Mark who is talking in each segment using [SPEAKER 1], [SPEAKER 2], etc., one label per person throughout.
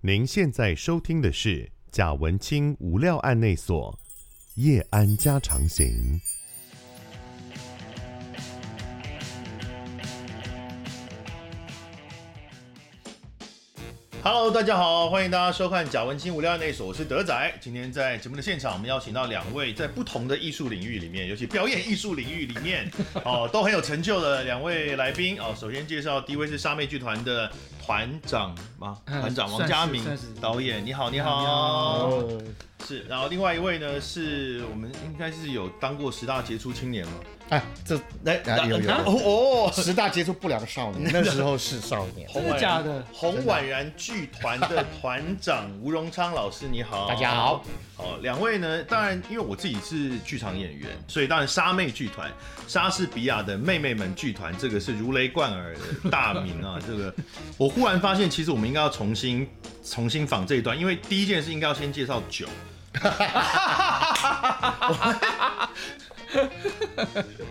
[SPEAKER 1] 您现在收听的是贾文清无料案内所夜安家常行。
[SPEAKER 2] Hello，大家好，欢迎大家收看贾文清无料内所，我是德仔。今天在节目的现场，我们邀请到两位在不同的艺术领域里面，尤其表演艺术领域里面 哦都很有成就的两位来宾哦。首先介绍第一位是莎妹剧团的团长吗？
[SPEAKER 3] 嗯
[SPEAKER 2] 团长王
[SPEAKER 3] 算是
[SPEAKER 2] 家明
[SPEAKER 3] 算是
[SPEAKER 2] 导演，你好，你好。是，然后另外一位呢是我们应该是有当过十大杰出青年嘛？
[SPEAKER 4] 哎，这
[SPEAKER 2] 来，
[SPEAKER 4] 啊
[SPEAKER 2] 来
[SPEAKER 4] 有有有
[SPEAKER 2] 哦哦，
[SPEAKER 4] 十大杰出不良少 年，那时候是少年。
[SPEAKER 2] 洪
[SPEAKER 3] 真的
[SPEAKER 2] 婉
[SPEAKER 3] 假的
[SPEAKER 2] 洪婉然剧团的团长吴荣昌老师，你好，
[SPEAKER 4] 大家好。
[SPEAKER 2] 好，两位呢，当然因为我自己是剧场演员，所以当然莎妹剧团、莎士比亚的妹妹们剧团，这个是如雷贯耳的大名啊。这个我忽然发现，其实我们应该要重新重新仿这一段，因为第一件事应该要先介绍酒。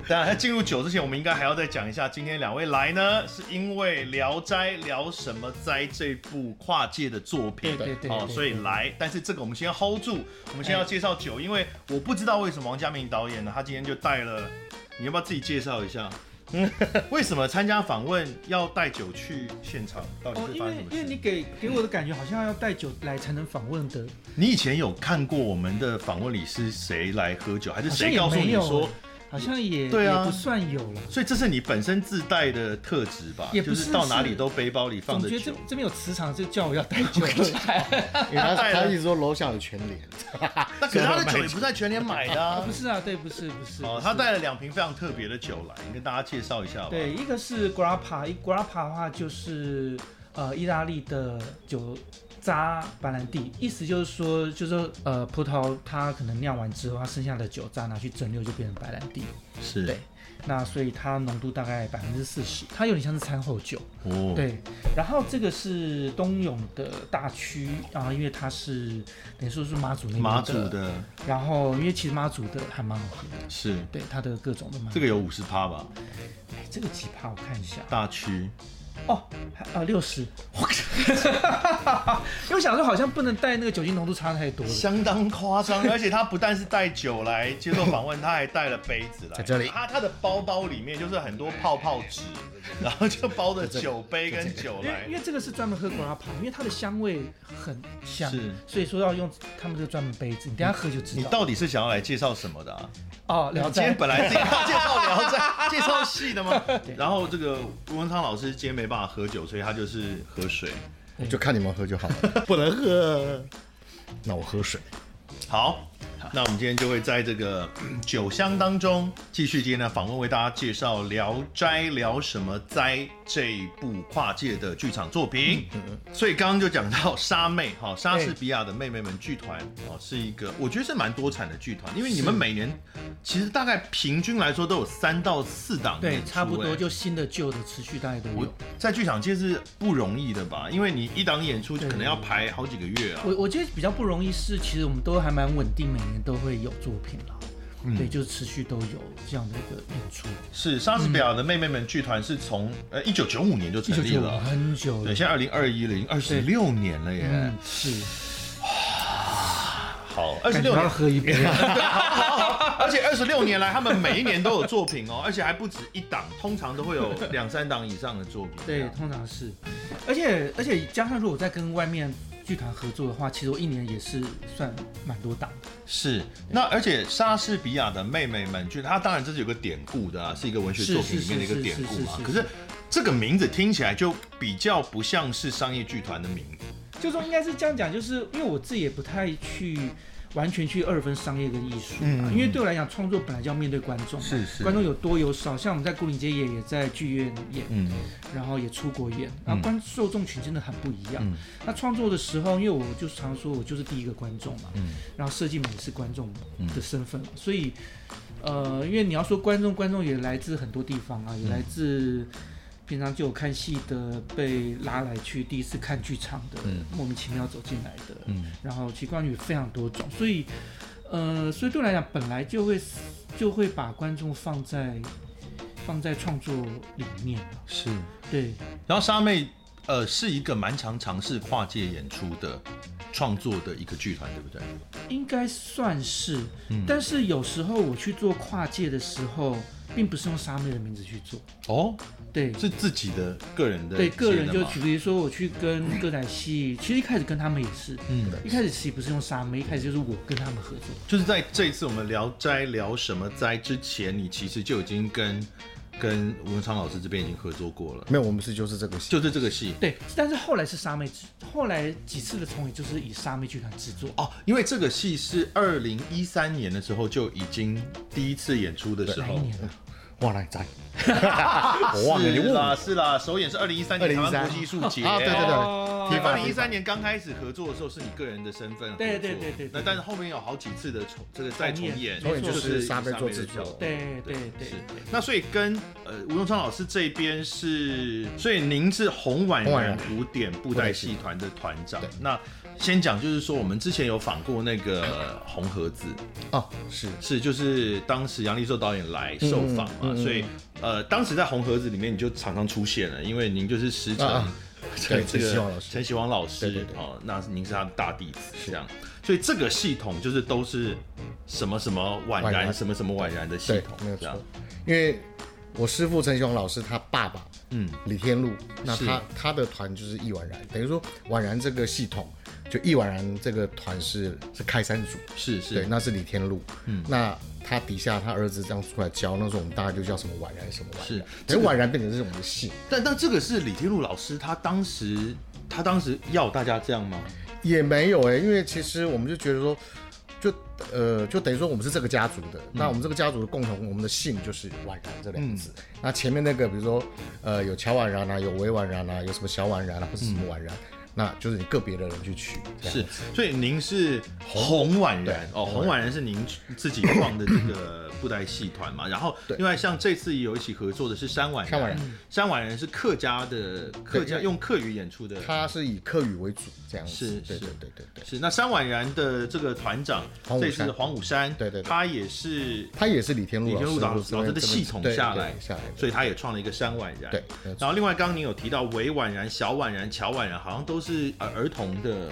[SPEAKER 2] 当然，在进入酒之前，我们应该还要再讲一下，今天两位来呢，是因为《聊斋》聊什么斋这部跨界的作品，
[SPEAKER 3] 对对对
[SPEAKER 2] 哦，
[SPEAKER 3] 对哎
[SPEAKER 2] 所以来。但是这个我们先 hold 住，我们先要介绍酒，因为我不知道为什么王家明导演呢，他今天就带了，你要不要自己介绍一 下？为什么参加访问要带酒去现场？到底
[SPEAKER 3] 哦，
[SPEAKER 2] 是
[SPEAKER 3] 因
[SPEAKER 2] 发生什
[SPEAKER 3] 为
[SPEAKER 2] 么
[SPEAKER 3] 因为你
[SPEAKER 2] 事？
[SPEAKER 3] 给给我的感觉好像要带酒来才能访问的，
[SPEAKER 2] 你以前有看过我们的访问里是谁来喝酒，还是
[SPEAKER 3] 好像
[SPEAKER 2] 谁
[SPEAKER 3] 也
[SPEAKER 2] 告诉
[SPEAKER 3] 没
[SPEAKER 2] 你
[SPEAKER 3] 有
[SPEAKER 2] 说？
[SPEAKER 3] 好像也
[SPEAKER 2] 对啊
[SPEAKER 3] 也不算有了。
[SPEAKER 2] 所以这是你本身自带的特质吧？
[SPEAKER 3] 也不
[SPEAKER 2] 就是是到哪里都背包里放
[SPEAKER 3] 总
[SPEAKER 2] 着
[SPEAKER 3] 觉
[SPEAKER 2] 酒
[SPEAKER 3] 得这。这边有磁场，就叫我要带 酒来。
[SPEAKER 4] 因为他
[SPEAKER 2] 带了
[SPEAKER 4] 他一直说楼下有全联，
[SPEAKER 2] 那可是他的酒也不在全联买的 啊
[SPEAKER 3] 不。是啊，对，不是不是。
[SPEAKER 2] 哦
[SPEAKER 3] 不，是
[SPEAKER 2] 他带了两瓶非常特别的酒来，你跟大家介绍一下吧。
[SPEAKER 3] 对，一个是 grappa，一 grappa 的话就是呃意大利的酒渣白兰地，意思就是说就是说呃葡萄它可能酿完之后，它剩下的酒渣拿去蒸馏就变成白兰地，
[SPEAKER 2] 是
[SPEAKER 3] 对那所以它浓度大概百分之四十，它有点像是餐后酒。
[SPEAKER 2] 哦，
[SPEAKER 3] 对，然后这个是东涌的大区啊，因为它是等于说是妈祖那边
[SPEAKER 2] 马祖，的
[SPEAKER 3] 然后因为其实妈祖的还蛮好喝的，
[SPEAKER 2] 是
[SPEAKER 3] 对它的各种的妈，
[SPEAKER 2] 这个啊有五十趴吧，
[SPEAKER 3] 哎这个几趴我看一下
[SPEAKER 2] 大区
[SPEAKER 3] 哦，还啊六十， 因为我想说好像不能带那个酒精浓度差太多了。
[SPEAKER 2] 相当夸 张，而且他不但是带酒来接受访问，他还带了杯子来，
[SPEAKER 4] 在这里
[SPEAKER 2] 他他的包包里面就是很多泡泡纸，然后就包着酒杯跟酒
[SPEAKER 3] 因为
[SPEAKER 2] 来
[SPEAKER 3] 因。为这个是专门喝果拉盘，因为它的香味很香
[SPEAKER 2] 是，
[SPEAKER 3] 所以说要用他们这个专门杯子，你等一下喝就知
[SPEAKER 2] 你
[SPEAKER 3] 道。
[SPEAKER 2] 到底是想要来介绍什么的啊？
[SPEAKER 3] 哦，
[SPEAKER 2] 你
[SPEAKER 3] 聊
[SPEAKER 2] 今天
[SPEAKER 3] 斋
[SPEAKER 2] 本来是要介绍《聊斋》介绍戏的吗？然后这个吴文昌老师今天没办法喝酒，所以他就是喝水。嗯
[SPEAKER 4] 就看你们喝就 好了，不能喝。那我喝水。
[SPEAKER 2] 好，那我们今天就会在这个嗯酒香当中继续今天的访问，为大家介绍《聊斋》聊什么斋这一部跨界的剧场作品。
[SPEAKER 3] 嗯
[SPEAKER 2] 所以刚刚就讲到莎妹哈，莎士比亚的妹妹们剧团哦，是一个我觉得是蛮多产的剧团，因为你们每年其实大概平均来说都有三到四档演
[SPEAKER 3] 对，
[SPEAKER 2] 出
[SPEAKER 3] 差不
[SPEAKER 2] 哎
[SPEAKER 3] 多就新的旧的持续大概都
[SPEAKER 2] 我
[SPEAKER 3] 有。
[SPEAKER 2] 在剧场界是不容易的吧？因为你一档演出可能要排好几个月啊。
[SPEAKER 3] 我我觉得比较不容易是，其实我们都还蛮稳定，每年都会有作品啦。对，就是持续都有这样的一个演出。
[SPEAKER 2] 是莎士比亚的妹妹们剧团是从呃一九九五年就
[SPEAKER 3] 一
[SPEAKER 2] 成
[SPEAKER 3] 九
[SPEAKER 2] 立
[SPEAKER 3] 九
[SPEAKER 2] 了，
[SPEAKER 3] 很久
[SPEAKER 2] 对，
[SPEAKER 3] 了，
[SPEAKER 2] 现在二零二一了，已经二十六年了耶
[SPEAKER 3] 嗯。，是，
[SPEAKER 2] 好，二十
[SPEAKER 3] 感觉
[SPEAKER 2] 六
[SPEAKER 3] 要
[SPEAKER 2] 年，
[SPEAKER 3] 喝一杯。
[SPEAKER 2] 而且二十六年来，他们每一年都有作品哦，而且还不止一档，通常都会有两三档以上的作品。
[SPEAKER 3] 对，通常是，而且而且加上如果在跟外面剧团合作的话，其实我一年也是算蛮多档的。
[SPEAKER 2] 是，那而且莎士比亚的妹妹们，就她当然这是有个典故的啊，是一个文学作品里面的一个典故嘛。
[SPEAKER 3] 是是是是是是
[SPEAKER 2] 可是这个名字听起来就比较不像是商业剧团的名字。
[SPEAKER 3] 就说应该是这样讲，就是因为我自己也不太去。完全去二分商业跟艺术、啊，因为对我来讲，创作本来就要面对观众嘛，
[SPEAKER 2] 嗯是是
[SPEAKER 3] 观众有多有少，像我们在牯岭街也也在剧院演，
[SPEAKER 2] 嗯，
[SPEAKER 3] 然后也出国演，然后观受众群真的很不一
[SPEAKER 2] 嗯
[SPEAKER 3] 样。那创作的时候，因为我就常说我就是第一个观众嘛，
[SPEAKER 2] 嗯
[SPEAKER 3] 然后设计美是观众的身份嘛，所以呃，因为你要说观众，观众也来自很多地方啊，也来自。平常就有看戏的，被拉来去第一次看剧场的，
[SPEAKER 2] 嗯
[SPEAKER 3] 莫名其妙走进来的，然后其实观众有非常多种，所以，呃，所以对我来讲，本来就会就会把观众放在放在创作里面嘛
[SPEAKER 2] 是。
[SPEAKER 3] 对，
[SPEAKER 2] 然后莎妹呃，是一个蛮常尝试跨界演出的创作的一个剧团，对不对？
[SPEAKER 3] 应该算是，
[SPEAKER 2] 嗯
[SPEAKER 3] 但是有时候我去做跨界的时候，并不是用沙妹的名字去做，
[SPEAKER 2] 哦，
[SPEAKER 3] 对，
[SPEAKER 2] 是自己的个人的
[SPEAKER 3] 对，个
[SPEAKER 2] 写
[SPEAKER 3] 人
[SPEAKER 2] 的
[SPEAKER 3] 就
[SPEAKER 2] 嘛
[SPEAKER 3] 举例说，我去跟 歌仔戏，其实一开始跟他们也是，
[SPEAKER 2] 嗯，
[SPEAKER 3] 一开始其实不是用沙妹，一开始就是我跟他们合作，
[SPEAKER 2] 就是在这一次我们聊斋聊什么斋之前，你其实就已经跟跟吴文昌老师这边已经合作过了，
[SPEAKER 4] 没有，我们是就是这个戏，
[SPEAKER 2] 就是这个戏
[SPEAKER 3] 对，但是后来是沙妹制，后来几次的重演就是以沙妹剧团制作，
[SPEAKER 2] 哦，因为这个戏是二零一三年的时候就已经第一次演出的时
[SPEAKER 3] 哪
[SPEAKER 2] 候啊
[SPEAKER 3] 一。年啊？
[SPEAKER 4] 哇来在，我忘了你
[SPEAKER 2] 是
[SPEAKER 4] 问
[SPEAKER 2] 啦
[SPEAKER 4] 我，
[SPEAKER 2] 是啦，首演是二零一三年台湾
[SPEAKER 4] 2013
[SPEAKER 2] 国际艺术节
[SPEAKER 4] 啊对对对
[SPEAKER 3] 哦
[SPEAKER 4] 提
[SPEAKER 2] 二
[SPEAKER 4] 法
[SPEAKER 2] 零一三年刚开始合作的时候是你个人的身份合作，
[SPEAKER 3] 对对对对对
[SPEAKER 2] 那但是后面有好几次的重这个再重演，
[SPEAKER 3] 重演
[SPEAKER 2] 就
[SPEAKER 3] 就是
[SPEAKER 4] 是沙
[SPEAKER 2] 贝
[SPEAKER 4] 贝做制
[SPEAKER 2] 角
[SPEAKER 4] 作
[SPEAKER 3] 对对对
[SPEAKER 2] 是。那所以跟呃吴荣昌老师这边是，所以您是红婉
[SPEAKER 4] 红婉
[SPEAKER 2] 然
[SPEAKER 4] 然
[SPEAKER 2] 古典布袋戏团的团长
[SPEAKER 4] 对。
[SPEAKER 2] 那先讲就是说，我们之前有访过那个呃红盒子，
[SPEAKER 4] 啊，是
[SPEAKER 2] 是就是当时杨立寿导演来受访嘛，
[SPEAKER 4] 嗯嗯嗯
[SPEAKER 2] 所以呃当时在红盒子里面你就常常出现了，因为您就是师承、
[SPEAKER 4] 啊
[SPEAKER 2] 这
[SPEAKER 4] 对
[SPEAKER 2] 这
[SPEAKER 4] 陈希望
[SPEAKER 2] 个
[SPEAKER 4] 老师
[SPEAKER 2] 陈希望老师
[SPEAKER 4] 对对对
[SPEAKER 2] 哦，那您是他的大弟子这样，所以这个系统就是都是什么什么宛
[SPEAKER 4] 宛
[SPEAKER 2] 然
[SPEAKER 4] 然
[SPEAKER 2] 什么什么宛然的系
[SPEAKER 4] 对
[SPEAKER 2] 统，
[SPEAKER 4] 没有
[SPEAKER 2] 这样
[SPEAKER 4] 错，因为我师傅陈雄老师他爸爸
[SPEAKER 2] 嗯
[SPEAKER 4] 李天禄，那
[SPEAKER 2] 是
[SPEAKER 4] 他他的团就是易婉然，等于说婉然这个系统，就易婉然这个团是是开山组，
[SPEAKER 2] 是是
[SPEAKER 4] 对，那是李天禄，嗯，那他底下他儿子这样出来教，那时候我们大概就叫什么婉然什么婉然，
[SPEAKER 2] 是
[SPEAKER 4] 等于婉然变成是我们的姓，
[SPEAKER 2] 但但这个是李天禄老师，他当时他当时要大家这样吗？
[SPEAKER 4] 也没有哎、因为其实我们就觉得说，就呃，就等于说我们是这个家族的，
[SPEAKER 2] 嗯
[SPEAKER 4] 那我们这个家族的共同，我们的姓就是婉然这两个字。
[SPEAKER 2] 嗯
[SPEAKER 4] 那前面那个，比如说呃，有乔婉然啊，有韦婉然啊，有什么小婉然啊，或是什么婉然，那就是你个别的人去取。这
[SPEAKER 2] 嗯
[SPEAKER 4] 样
[SPEAKER 2] 是，所以您是红婉然
[SPEAKER 4] 对
[SPEAKER 2] 哦，红
[SPEAKER 4] 红
[SPEAKER 2] 婉然是您自己创的这个 布袋戏团嘛。然后，
[SPEAKER 4] 对
[SPEAKER 2] 另外像这次有一起合作的是山婉然，
[SPEAKER 4] 山婉然
[SPEAKER 2] 山婉然是客家的客家
[SPEAKER 4] 对
[SPEAKER 2] 用客语演出的，
[SPEAKER 4] 他是以客语为主，这样子。
[SPEAKER 2] 是
[SPEAKER 4] 对
[SPEAKER 2] 是
[SPEAKER 4] 对对对对，
[SPEAKER 2] 是那山婉然的这个团长，
[SPEAKER 4] 黄武
[SPEAKER 2] 这次
[SPEAKER 4] 山
[SPEAKER 2] 是黄武山，
[SPEAKER 4] 对对对
[SPEAKER 2] 他也是
[SPEAKER 4] 他也是李天禄
[SPEAKER 2] 李
[SPEAKER 4] 老
[SPEAKER 2] 天
[SPEAKER 4] 师
[SPEAKER 2] 禄老
[SPEAKER 4] 或是
[SPEAKER 2] 老师的
[SPEAKER 4] 这么
[SPEAKER 2] 系统
[SPEAKER 4] 对
[SPEAKER 2] 下
[SPEAKER 4] 对
[SPEAKER 2] 来，
[SPEAKER 4] 下来的，
[SPEAKER 2] 所以他也创了一个山婉然。
[SPEAKER 4] 对没错
[SPEAKER 2] 然后另外刚刚您有提到韦婉然、小婉然、乔婉然，好像都是呃儿童的，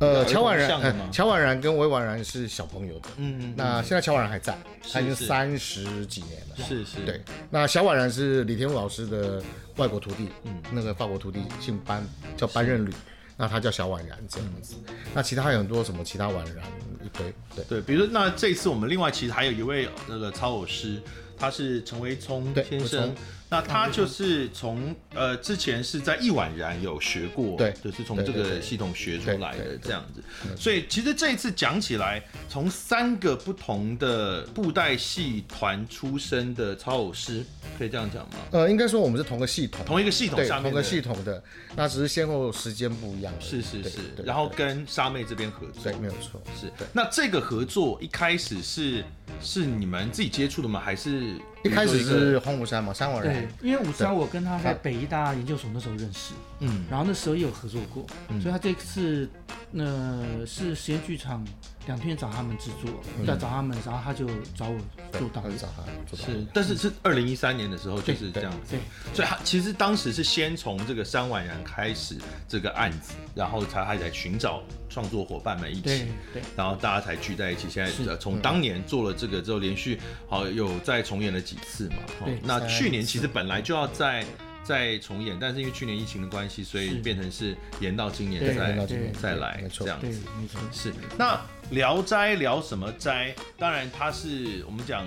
[SPEAKER 4] 呃，
[SPEAKER 2] 比较
[SPEAKER 4] 乔婉
[SPEAKER 2] 儿童
[SPEAKER 4] 然，
[SPEAKER 2] 向的吗
[SPEAKER 4] 呃乔婉然跟韦婉然是小朋友的，
[SPEAKER 2] 嗯，
[SPEAKER 4] 那现在乔婉然还在，他已经
[SPEAKER 2] 是是
[SPEAKER 4] 三十几年了。
[SPEAKER 2] 是是，
[SPEAKER 4] 对，，那小婉然是李天禄老师的外国徒弟，嗯，那个法国徒弟姓班，叫班任吕，那他叫小婉然这样子。
[SPEAKER 2] 嗯
[SPEAKER 4] 那其他还有很多什么其他婉然一堆，对，
[SPEAKER 2] 对，比如说那这次我们另外其实还有一位那个操偶师，他是陈维聪
[SPEAKER 4] 对
[SPEAKER 2] 先
[SPEAKER 4] 维
[SPEAKER 2] 生
[SPEAKER 4] 聪，
[SPEAKER 2] 那他就是从呃之前是在易婉然有学过，
[SPEAKER 4] 对
[SPEAKER 2] 就是从
[SPEAKER 4] 对
[SPEAKER 2] 这
[SPEAKER 4] 对
[SPEAKER 2] 个
[SPEAKER 4] 对
[SPEAKER 2] 系统学出来
[SPEAKER 4] 对
[SPEAKER 2] 的
[SPEAKER 4] 对
[SPEAKER 2] 这样子。所以其实这一次讲起来，从三个不同的布袋戏团出身的操偶师，可以这样讲吗？
[SPEAKER 4] 呃，应该说我们是同个系统，
[SPEAKER 2] 同一个系统
[SPEAKER 4] 对，
[SPEAKER 2] 下面的
[SPEAKER 4] 同个系统的，那只是先后时间不一样而已。
[SPEAKER 2] 是是
[SPEAKER 4] 对
[SPEAKER 2] 是，
[SPEAKER 4] 对
[SPEAKER 2] 然后
[SPEAKER 4] 对
[SPEAKER 2] 跟沙妹这边合作
[SPEAKER 4] 对，，没有错。
[SPEAKER 2] 是
[SPEAKER 4] 对。
[SPEAKER 2] 那这个合作一开始是是你们自己接触的吗？还是
[SPEAKER 4] 一开始
[SPEAKER 2] 比如说一
[SPEAKER 4] 是
[SPEAKER 2] 个
[SPEAKER 4] 黄武山嘛，山婉然
[SPEAKER 3] 对，，因为武三我跟他在北医大研究所那时候认识，
[SPEAKER 2] 嗯
[SPEAKER 3] 然后那时候也有合作过，所以他这次呃是实验剧场两天找他们制作，要、找他们，然后他就找我
[SPEAKER 4] 对
[SPEAKER 3] 做导
[SPEAKER 4] 他
[SPEAKER 3] 演
[SPEAKER 4] 是。找他做导演
[SPEAKER 2] 是，但是是二零一三年的时候就
[SPEAKER 4] 对
[SPEAKER 2] 是这
[SPEAKER 4] 对
[SPEAKER 2] 样子
[SPEAKER 3] 对，
[SPEAKER 2] 所以他其实当时是先从这个山婉然开始这个案子，然后才还在寻找创作伙伴们一
[SPEAKER 3] 对
[SPEAKER 2] 起。
[SPEAKER 3] 对，
[SPEAKER 2] 然后大家才聚在一起。现在
[SPEAKER 3] 是
[SPEAKER 2] 呃，
[SPEAKER 4] 嗯
[SPEAKER 2] 从当年做了这个之后，连续好有再重演了几次嘛。哈
[SPEAKER 3] 对
[SPEAKER 2] 那
[SPEAKER 4] 三
[SPEAKER 2] 去年其实本来就要再再重演，但是因为去年疫情的关系，所以
[SPEAKER 3] 是
[SPEAKER 2] 变成是延到今年
[SPEAKER 3] 对
[SPEAKER 2] 再
[SPEAKER 3] 延到今年
[SPEAKER 2] 再来
[SPEAKER 4] 没错
[SPEAKER 2] 这样
[SPEAKER 3] 对
[SPEAKER 2] 子。，
[SPEAKER 3] 没错。
[SPEAKER 2] 是，那聊斋聊什么斋？当然，它是我们讲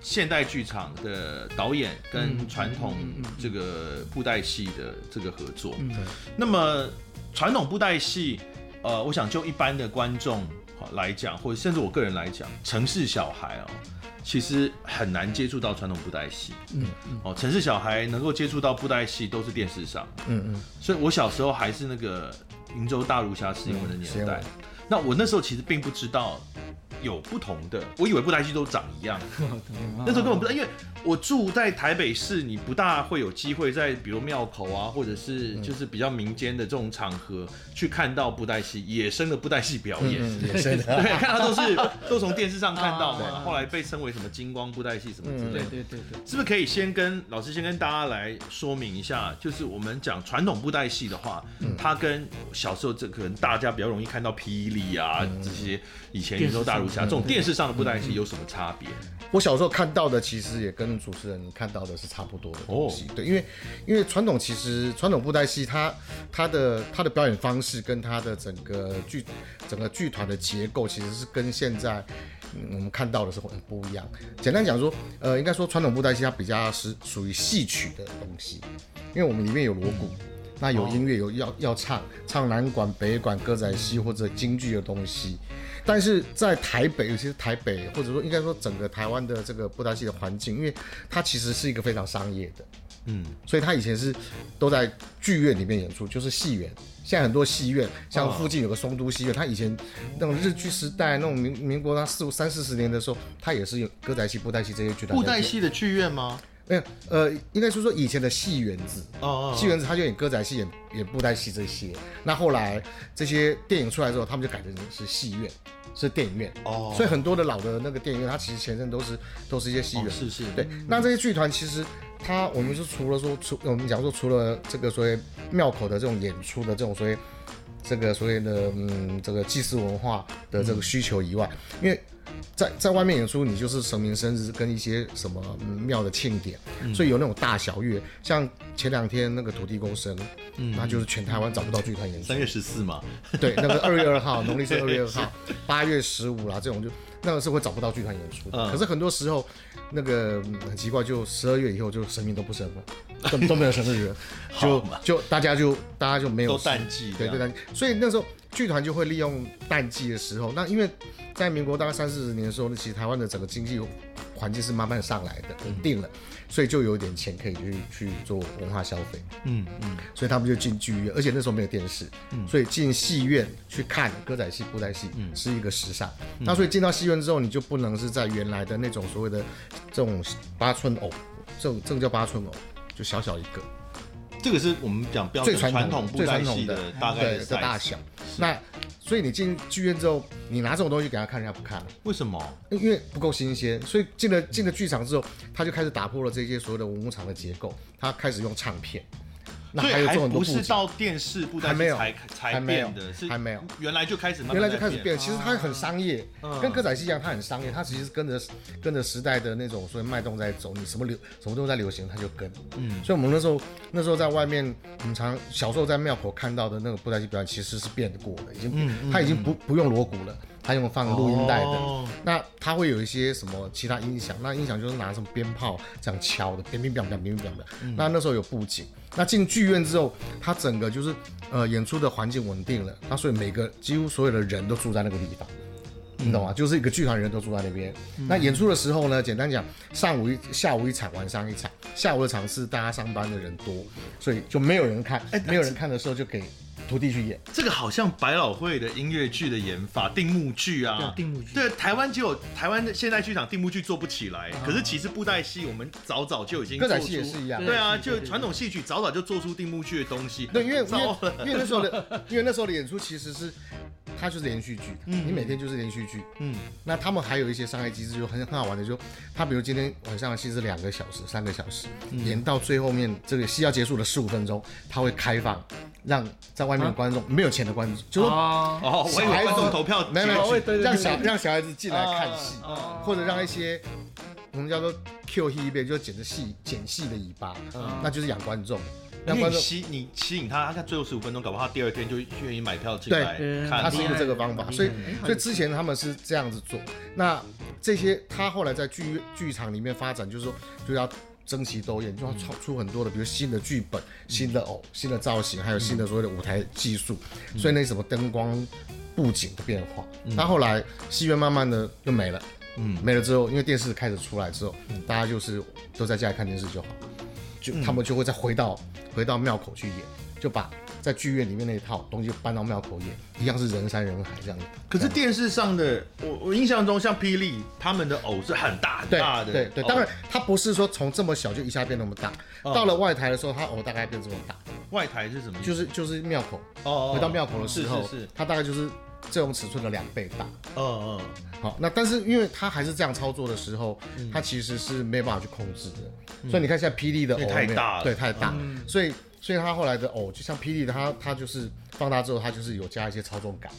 [SPEAKER 2] 现代剧场的导演跟传统这个布袋戏的这个合作。那么传统布袋戏，呃，我想就一般的观众好来讲，或者甚至我个人来讲，城市小孩哦。其实很难接触到传统布袋戏，嗯，哦，城市小孩能够接触到布袋戏都是电视上，
[SPEAKER 4] 嗯嗯，
[SPEAKER 2] 所以我小时候还是那个云州大儒侠石英文的年代
[SPEAKER 4] 嗯。
[SPEAKER 2] 那我那时候其实并不知道有不同的，我以为布袋戏都长一样，
[SPEAKER 4] 嗯
[SPEAKER 3] 那
[SPEAKER 2] 那时候根本不知道，因为我住在台北市，你不大会有机会在比如庙口啊，或者是
[SPEAKER 4] 嗯
[SPEAKER 2] 就是比较民间的这种场合去看到布袋戏野生的布袋戏表演。
[SPEAKER 4] 嗯，也是的，
[SPEAKER 2] 对，看他都是都从电视上看到嘛，
[SPEAKER 3] 啊
[SPEAKER 2] 后来被称为什么金光布袋戏什么之类
[SPEAKER 3] 对
[SPEAKER 4] 嗯
[SPEAKER 2] 的。
[SPEAKER 3] 对对对，
[SPEAKER 2] 是不是可以先跟老师先跟大家来说明一下，就是我们讲传统布袋戏的话，
[SPEAKER 4] 嗯
[SPEAKER 2] 它跟小时候这可能大家比较容易看到霹雳啊、
[SPEAKER 4] 嗯
[SPEAKER 2] 这些以前宇宙大儒侠这种电视上的布袋戏有什么差别？
[SPEAKER 4] 我小时候看到的其实也跟主持人看到的是差不多的东西，对，因为因为传统其实传统布袋戏它它的它的表演方式跟它的整个剧整个剧团的结构其实是跟现在。嗯我们看到的是很不一样。简单讲说，呃，应该说传统布袋戏它比较是属于戏曲的东西，因为我们里面有锣鼓，那有音乐，有要要唱，唱南管、北管、歌仔戏或者京剧的东西。但是在台北，尤其是台北，或者说应该说整个台湾的这个布袋戏的环境，因为它其实是一个非常商业的，
[SPEAKER 2] 嗯，
[SPEAKER 4] 所以它以前是都在剧院里面演出，就是戏院。现在很多戏院，像附近有个松都戏院，它以前那种日剧时代，那种民民国那四五三四十年的时候，它也是有歌仔戏、布袋戏这些剧团在做。
[SPEAKER 2] 布袋戏的剧院吗？
[SPEAKER 4] 没有，呃，应该是说以前的戏园子，
[SPEAKER 2] 哦
[SPEAKER 4] 戏园子他就演歌仔戏、演演布袋戏这些。那后来这些电影出来之后，他们就改成是戏院，是电影院。
[SPEAKER 2] 哦
[SPEAKER 4] 所以很多的老的那个电影院，它其实前身都是都是一些戏院。
[SPEAKER 2] 哦是是，
[SPEAKER 4] 对，那这些剧团其实它，我们是除了说除我们讲说除了这个所谓庙口的这种演出的这种所谓这个所谓的嗯这个祭祀文化的
[SPEAKER 2] 嗯
[SPEAKER 4] 这个需求以外，因为在在外面演出，你就是神明生日跟一些什么嗯庙的庆典，
[SPEAKER 2] 嗯
[SPEAKER 4] 所以有那种大小乐，像前两天那个土地公生，那就是全台湾找不到剧团演出
[SPEAKER 2] 嗯三，月十四嘛，
[SPEAKER 4] 对，那个二月二号，农历是二月 二号，八月十五啦，这种就那个是会找不到剧团演出的。
[SPEAKER 2] 嗯
[SPEAKER 4] 可是很多时候，那个嗯很奇怪，就十二月以后就神明都不生了，都都没有神的人，就
[SPEAKER 2] 好嘛
[SPEAKER 4] 就大家就大家就没有
[SPEAKER 2] 都
[SPEAKER 4] 事
[SPEAKER 2] 淡季这
[SPEAKER 4] 对
[SPEAKER 2] 样，
[SPEAKER 4] 对淡季，所以那时候剧团就会利用淡季的时候，那因为在民国大概三四十年的时候，那其实台湾的整个经济环境是慢慢上来的，
[SPEAKER 2] 嗯
[SPEAKER 4] 稳定了，所以就有一点钱可以去去做文化消费。
[SPEAKER 2] 嗯嗯，
[SPEAKER 4] 所以他们就进剧院，而且那时候没有电视，所以进戏院去看歌仔戏、布袋戏、
[SPEAKER 2] 嗯
[SPEAKER 4] 是一个时尚。那所以进到戏院之后，你就不能是在原来的那种所谓的这种八寸偶，这种这个叫八寸偶，就小小一个，
[SPEAKER 2] 这个是我们讲标准
[SPEAKER 4] 最传
[SPEAKER 2] 传
[SPEAKER 4] 统
[SPEAKER 2] 统
[SPEAKER 4] 的
[SPEAKER 2] 布袋戏
[SPEAKER 4] 最传
[SPEAKER 2] 大概
[SPEAKER 4] 对
[SPEAKER 2] 的
[SPEAKER 4] 的大
[SPEAKER 2] size
[SPEAKER 4] 小。那所以你进剧院之后，你拿这种东西给他看，人家不看了。
[SPEAKER 2] 为什么？
[SPEAKER 4] 因为不够新鲜，所以进了进了剧场之后，他就开始打破了这些所谓的文物场的结构，他开始用唱片，那
[SPEAKER 2] 所以
[SPEAKER 4] 还有这种
[SPEAKER 2] 不
[SPEAKER 4] 布
[SPEAKER 2] 是
[SPEAKER 4] 景。
[SPEAKER 2] 到电视布袋
[SPEAKER 4] 还没
[SPEAKER 2] 戏
[SPEAKER 4] 有
[SPEAKER 2] 才才
[SPEAKER 4] 还没有
[SPEAKER 2] 变的，是
[SPEAKER 4] 还没有
[SPEAKER 2] 原来就开始慢慢
[SPEAKER 4] 原来
[SPEAKER 2] 在
[SPEAKER 4] 就开始变，其实它很商业，
[SPEAKER 2] 嗯
[SPEAKER 4] 跟歌仔戏一样，它很商业，它其实跟着跟着时代的那种所谓脉动在走，你什么流什么都在流行，它就跟。嗯，所以我们那时候那时候在外面，我们常小时候在庙口看到的那个布袋戏表演，其实是变过的，已经变，它已经不不用锣鼓了，它用放录音带的。
[SPEAKER 2] 哦
[SPEAKER 4] 那它会有一些什么其他音响，那音响就是拿什么鞭炮这样敲的，乒乒乓乓，乒乒乓乓。那那时候有布景，那进剧院之后，它整个就是呃演出的环境稳定了，那所以每个几乎所有的人都住在那个地方。你懂吗？就是一个剧团人都住在那边。
[SPEAKER 2] 嗯
[SPEAKER 4] 那演出的时候呢，简单讲，上午一下午一场，晚上一场。下午的场是大家上班的人多，所以就没有人看。
[SPEAKER 2] 哎
[SPEAKER 4] 没有人看的时候，就给徒弟去演。
[SPEAKER 2] 这个好像百老汇的音乐剧的演法，定幕剧
[SPEAKER 3] 对
[SPEAKER 2] 啊
[SPEAKER 3] 啊，定目剧
[SPEAKER 2] 对，台湾只有台湾的现代剧场定幕剧做不起来，可是其实布袋戏我们早早就已经
[SPEAKER 4] 啊歌
[SPEAKER 2] 做
[SPEAKER 4] 仔
[SPEAKER 2] 出
[SPEAKER 4] 戏也是一样。
[SPEAKER 2] 对啊，
[SPEAKER 3] 对对
[SPEAKER 2] 就
[SPEAKER 3] 对
[SPEAKER 2] 传统戏曲早早就做出定幕剧的东西。
[SPEAKER 4] 对，因为因 为
[SPEAKER 2] 糟了
[SPEAKER 4] 因为那时候的，因为那时候的演出其实是，它就是连续剧，你每天就是连续剧。
[SPEAKER 2] 嗯，
[SPEAKER 4] 那他们还有一些商业机制，就很很好玩的，就他比如今天晚上的戏是两个小时、三个小时，
[SPEAKER 2] 嗯
[SPEAKER 4] 演到最后面这个戏要结束的十五分钟，他会开放让在外面
[SPEAKER 2] 啊
[SPEAKER 4] 的观众、没有钱的观众，就是
[SPEAKER 3] 啊，
[SPEAKER 2] 哦，我以为
[SPEAKER 4] 小孩子
[SPEAKER 2] 观众投票
[SPEAKER 4] 没有没
[SPEAKER 2] 进去
[SPEAKER 3] 对
[SPEAKER 4] 有
[SPEAKER 3] 对对
[SPEAKER 4] 让小让小孩子进来看戏，
[SPEAKER 3] 啊
[SPEAKER 4] 或者让一些我们叫做 Q 戏一边，就是剪着戏剪戏的尾巴，那就是养观众，让
[SPEAKER 2] 因为
[SPEAKER 4] 观
[SPEAKER 2] 你
[SPEAKER 4] 众
[SPEAKER 2] 吸你吸引他，他最后十五分钟，搞不好他第二天就愿意买票进
[SPEAKER 4] 对
[SPEAKER 2] 来
[SPEAKER 3] 嗯
[SPEAKER 2] 看。
[SPEAKER 4] 他是用这个方
[SPEAKER 3] 厉
[SPEAKER 4] 法，
[SPEAKER 3] 害
[SPEAKER 4] 所以
[SPEAKER 2] 嗯
[SPEAKER 3] 厉害
[SPEAKER 4] 所以之前他们是这样子做。那这些他后来在剧剧场里面发展，就是说就要争奇斗艳，就
[SPEAKER 2] 嗯
[SPEAKER 4] 要创出很多的，比如新的剧本、新的偶、新的造型，还有新
[SPEAKER 2] 嗯
[SPEAKER 4] 的所谓的舞台技术，所以那什么灯光。布景的变化，
[SPEAKER 2] 嗯
[SPEAKER 4] 那后来戏院慢慢的就没了，嗯，没了之后，因为电视开始出来之后，
[SPEAKER 2] 嗯
[SPEAKER 4] 大家就是都在家里看电视就好，就、他们就会再回到回到庙口去演，就把在在剧院里面那一套东西搬到庙口演，一样是人山人海这样。
[SPEAKER 2] 可是电视上的，我我印象中像霹雳他们的偶是很大很
[SPEAKER 4] 对
[SPEAKER 2] 大的，
[SPEAKER 4] 对对，
[SPEAKER 2] 哦
[SPEAKER 4] 当然它不是说从这么小就一下变那么大，到了外台的时候，它偶大概变这么大，
[SPEAKER 2] 外台是什么意思？
[SPEAKER 4] 就是就是庙口，
[SPEAKER 2] 嗯哦
[SPEAKER 4] 回到庙口的时候，
[SPEAKER 2] 是是是，
[SPEAKER 4] 它大概就是这种尺寸的两倍大。
[SPEAKER 2] 嗯嗯，
[SPEAKER 4] 好，那但是因为它还是这样操作的时候，它其实是没有办法去控制的，所以你看现在霹雳的偶
[SPEAKER 2] 因为太
[SPEAKER 4] 没有
[SPEAKER 2] 大了
[SPEAKER 4] 对，太大，所以所以它后来的偶就像霹雳的，它它就是放大之后，它就是有加一些操纵感。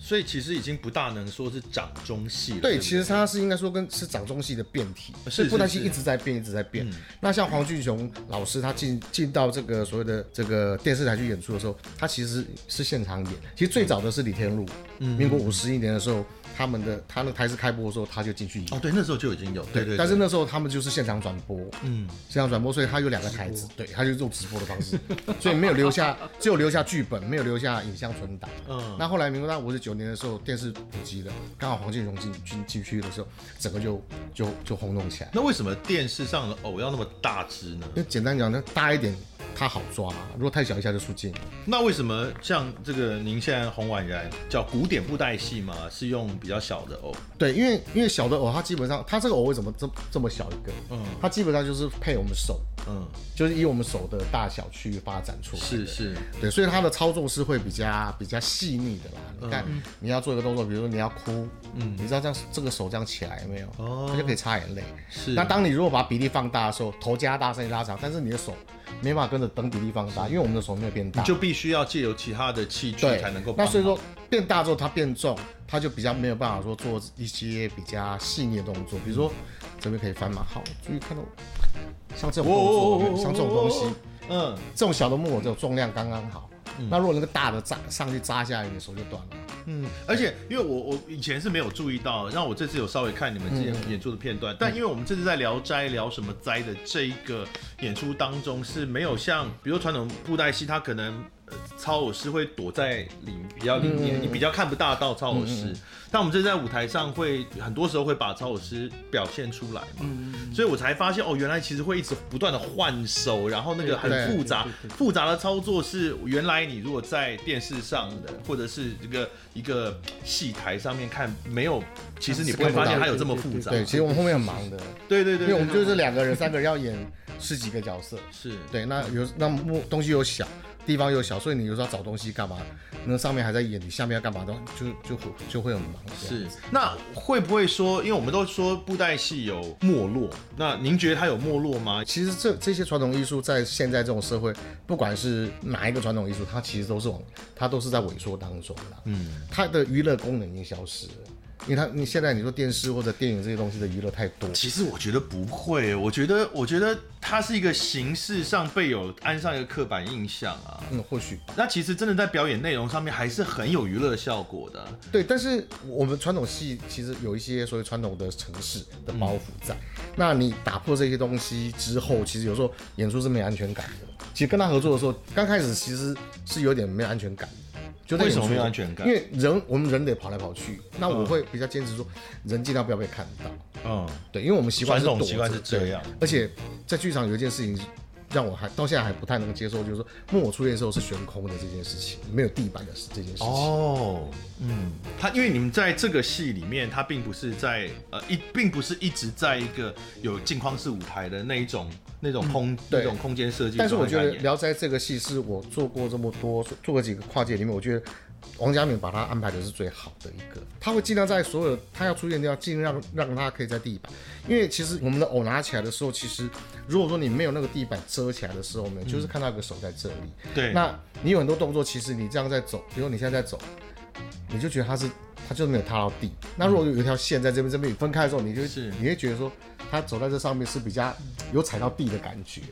[SPEAKER 2] 所以其实已经不大能说是掌中戏了。
[SPEAKER 4] 对，
[SPEAKER 2] 不
[SPEAKER 4] 其实它是应该说跟是掌中戏的变体，
[SPEAKER 2] 是
[SPEAKER 4] 所以
[SPEAKER 2] 是
[SPEAKER 4] 布袋戏
[SPEAKER 2] 是嗯
[SPEAKER 4] 一直在变，一直在变。那像黄俊雄老师，他进进到这个所谓的这个电视台去演出的时候，他其实是现场演。其实最早的是李天禄，
[SPEAKER 2] 嗯
[SPEAKER 4] 民国五十一年的时候，他们的他那台式开播的时候，他就进去演。
[SPEAKER 2] 哦，对，那时候就已经有，对对。
[SPEAKER 4] 但是那时候他们就是现场转播，
[SPEAKER 2] 嗯，
[SPEAKER 4] 现场转播，所以他有两个台子，对，他就用直播的方式， 所以没有留下，只有留下剧本，没有留下影像存档。
[SPEAKER 2] 嗯
[SPEAKER 4] 嗯，那后来民国大五十九年的时候，电视普及了，刚好黄建荣进进进去的时候，整个就就就轰动起来。
[SPEAKER 2] 那为什么电视上的偶要那么大只呢？
[SPEAKER 4] 因为简单讲，呢，大一点它好抓，如果太小一下就出镜。
[SPEAKER 2] 那为什么像这个您现在洪婉然叫古典布袋戏嘛，是用比较小的偶？
[SPEAKER 4] 对，因为因为小的偶，它基本上它这个偶为什么这这么小一个？
[SPEAKER 2] 嗯
[SPEAKER 4] 它基本上就是配我们手，
[SPEAKER 2] 嗯，
[SPEAKER 4] 就是以我们手的大小去发展出来
[SPEAKER 2] 是
[SPEAKER 4] 的。
[SPEAKER 2] 是，
[SPEAKER 4] 对，所以它的操作是会比较比较细腻的啦。你看，你要做一个动作，比如说你要哭，嗯，你知道这样这个手这样起来没有？
[SPEAKER 2] 哦
[SPEAKER 4] 它就可以擦眼泪。
[SPEAKER 2] 是
[SPEAKER 4] 那当你如果把比例放大的时候，头加大，身体拉长，但是你的手没办法跟着等比例放大，因为我们的手没有变大，
[SPEAKER 2] 你就必须要借由其他的器具
[SPEAKER 4] 对
[SPEAKER 2] 才能够帮
[SPEAKER 4] 那
[SPEAKER 2] 忙。
[SPEAKER 4] 所以说变大之后它变重，它就比较没有办法说做一些比较细腻的动作，比如说这边可以翻马好，注意看到像这种动作，有没有像这种东西。
[SPEAKER 2] 嗯，
[SPEAKER 4] 这种小的木偶，这种重量刚刚好。那如果那个大的扎上去扎下来，你的手就断了。
[SPEAKER 2] 嗯，而且因为我我以前是没有注意到，让我这次有稍微看你们之前演出的片段，但因为我们这次在聊斋聊什么斋的这一个演出当中是没有像，比如传统布袋戏，它可能。呃操偶师会躲在里比较里面，你比较看不大到操偶师。但我们这次在舞台上会很多时候会把操偶师表现出来嘛，所以我才发现哦，原来其实会一直不断的换手，然后那个很
[SPEAKER 4] 对
[SPEAKER 2] 复杂
[SPEAKER 3] 对对对
[SPEAKER 2] 复杂的操作是原来你如果在电视上的或者是这个一个戏台上面看没有，其实你不会发现它有这么复杂。
[SPEAKER 4] 对，其实我们后面很忙的，
[SPEAKER 2] 对对对，
[SPEAKER 4] 因为我们就是两个人、 三个人要演十几个角色。
[SPEAKER 2] 是
[SPEAKER 4] 对，那有那木东西又小，地方又小，所以你有时候要找东西干嘛？那上面还在演，你下面要干嘛的，就就会就会很忙。这样
[SPEAKER 2] 是。那会不会说，因为我们都说布袋戏有没落，那您觉得它有没落吗？
[SPEAKER 4] 其实这这些传统艺术在现在这种社会，不管是哪一个传统艺术，它其实都是往它都是在萎缩当中啦。嗯，它的娱乐功能已经消失了，因为它你现在你说电视或者电影这些东西的娱乐太多，
[SPEAKER 2] 其实我觉得不会，我觉得我觉得它是一个形式上被有安上一个刻板印象啊。
[SPEAKER 4] 嗯，或许吧
[SPEAKER 2] 那其实真的在表演内容上面还是很有娱乐效果的。
[SPEAKER 4] 对，但是我们传统戏其实有一些所谓传统的城市的包袱在，
[SPEAKER 2] 嗯
[SPEAKER 4] 那你打破这些东西之后，其实有时候演出是没有安全感的。其实跟他合作的时候，刚开始其实是有点没有安全感的。就在
[SPEAKER 2] 为什么
[SPEAKER 4] 演出
[SPEAKER 2] 没有安全感
[SPEAKER 4] 因为人我们人得跑来跑去，那我会比较坚持说，人尽量不要被看到。
[SPEAKER 2] 嗯，
[SPEAKER 4] 对，因为我们习惯是
[SPEAKER 2] 传统
[SPEAKER 4] 躲
[SPEAKER 2] 习惯
[SPEAKER 4] 着
[SPEAKER 2] 是这
[SPEAKER 4] 对
[SPEAKER 2] 样
[SPEAKER 4] 而且在剧场有一件事情让我还到现在还不太能接受，就是说木偶出现的时候是悬空的这件事情，没有地板的这件事情。
[SPEAKER 2] 哦，嗯，他因为你们在这个戏里面，他并不是在呃一，并不是一直在一个有镜框式舞台的那一种那种空、那
[SPEAKER 4] 嗯对
[SPEAKER 2] 种空间设计
[SPEAKER 4] 但
[SPEAKER 2] 状态下演。
[SPEAKER 4] 是我觉得《聊斋》这个戏是我做过这么多做过几个跨界里面，我觉得王家敏把它安排的是最好的一个。他会尽量在所有他要出现的地方，尽量让他可以在地板，因为其实我们的偶拿起来的时候，其实如果说你没有那个地板遮起来的时候，我们
[SPEAKER 2] 嗯
[SPEAKER 4] 就是看到一个手在这里。
[SPEAKER 2] 对，
[SPEAKER 4] 那你有很多动作，其实你这样在走，比如你现在在走，你就觉得它是它就是没有踏到地。那如果有一条线在这边这边分开的时候，你就是你会觉得说，它走在这上面是比较有踩到地的感觉。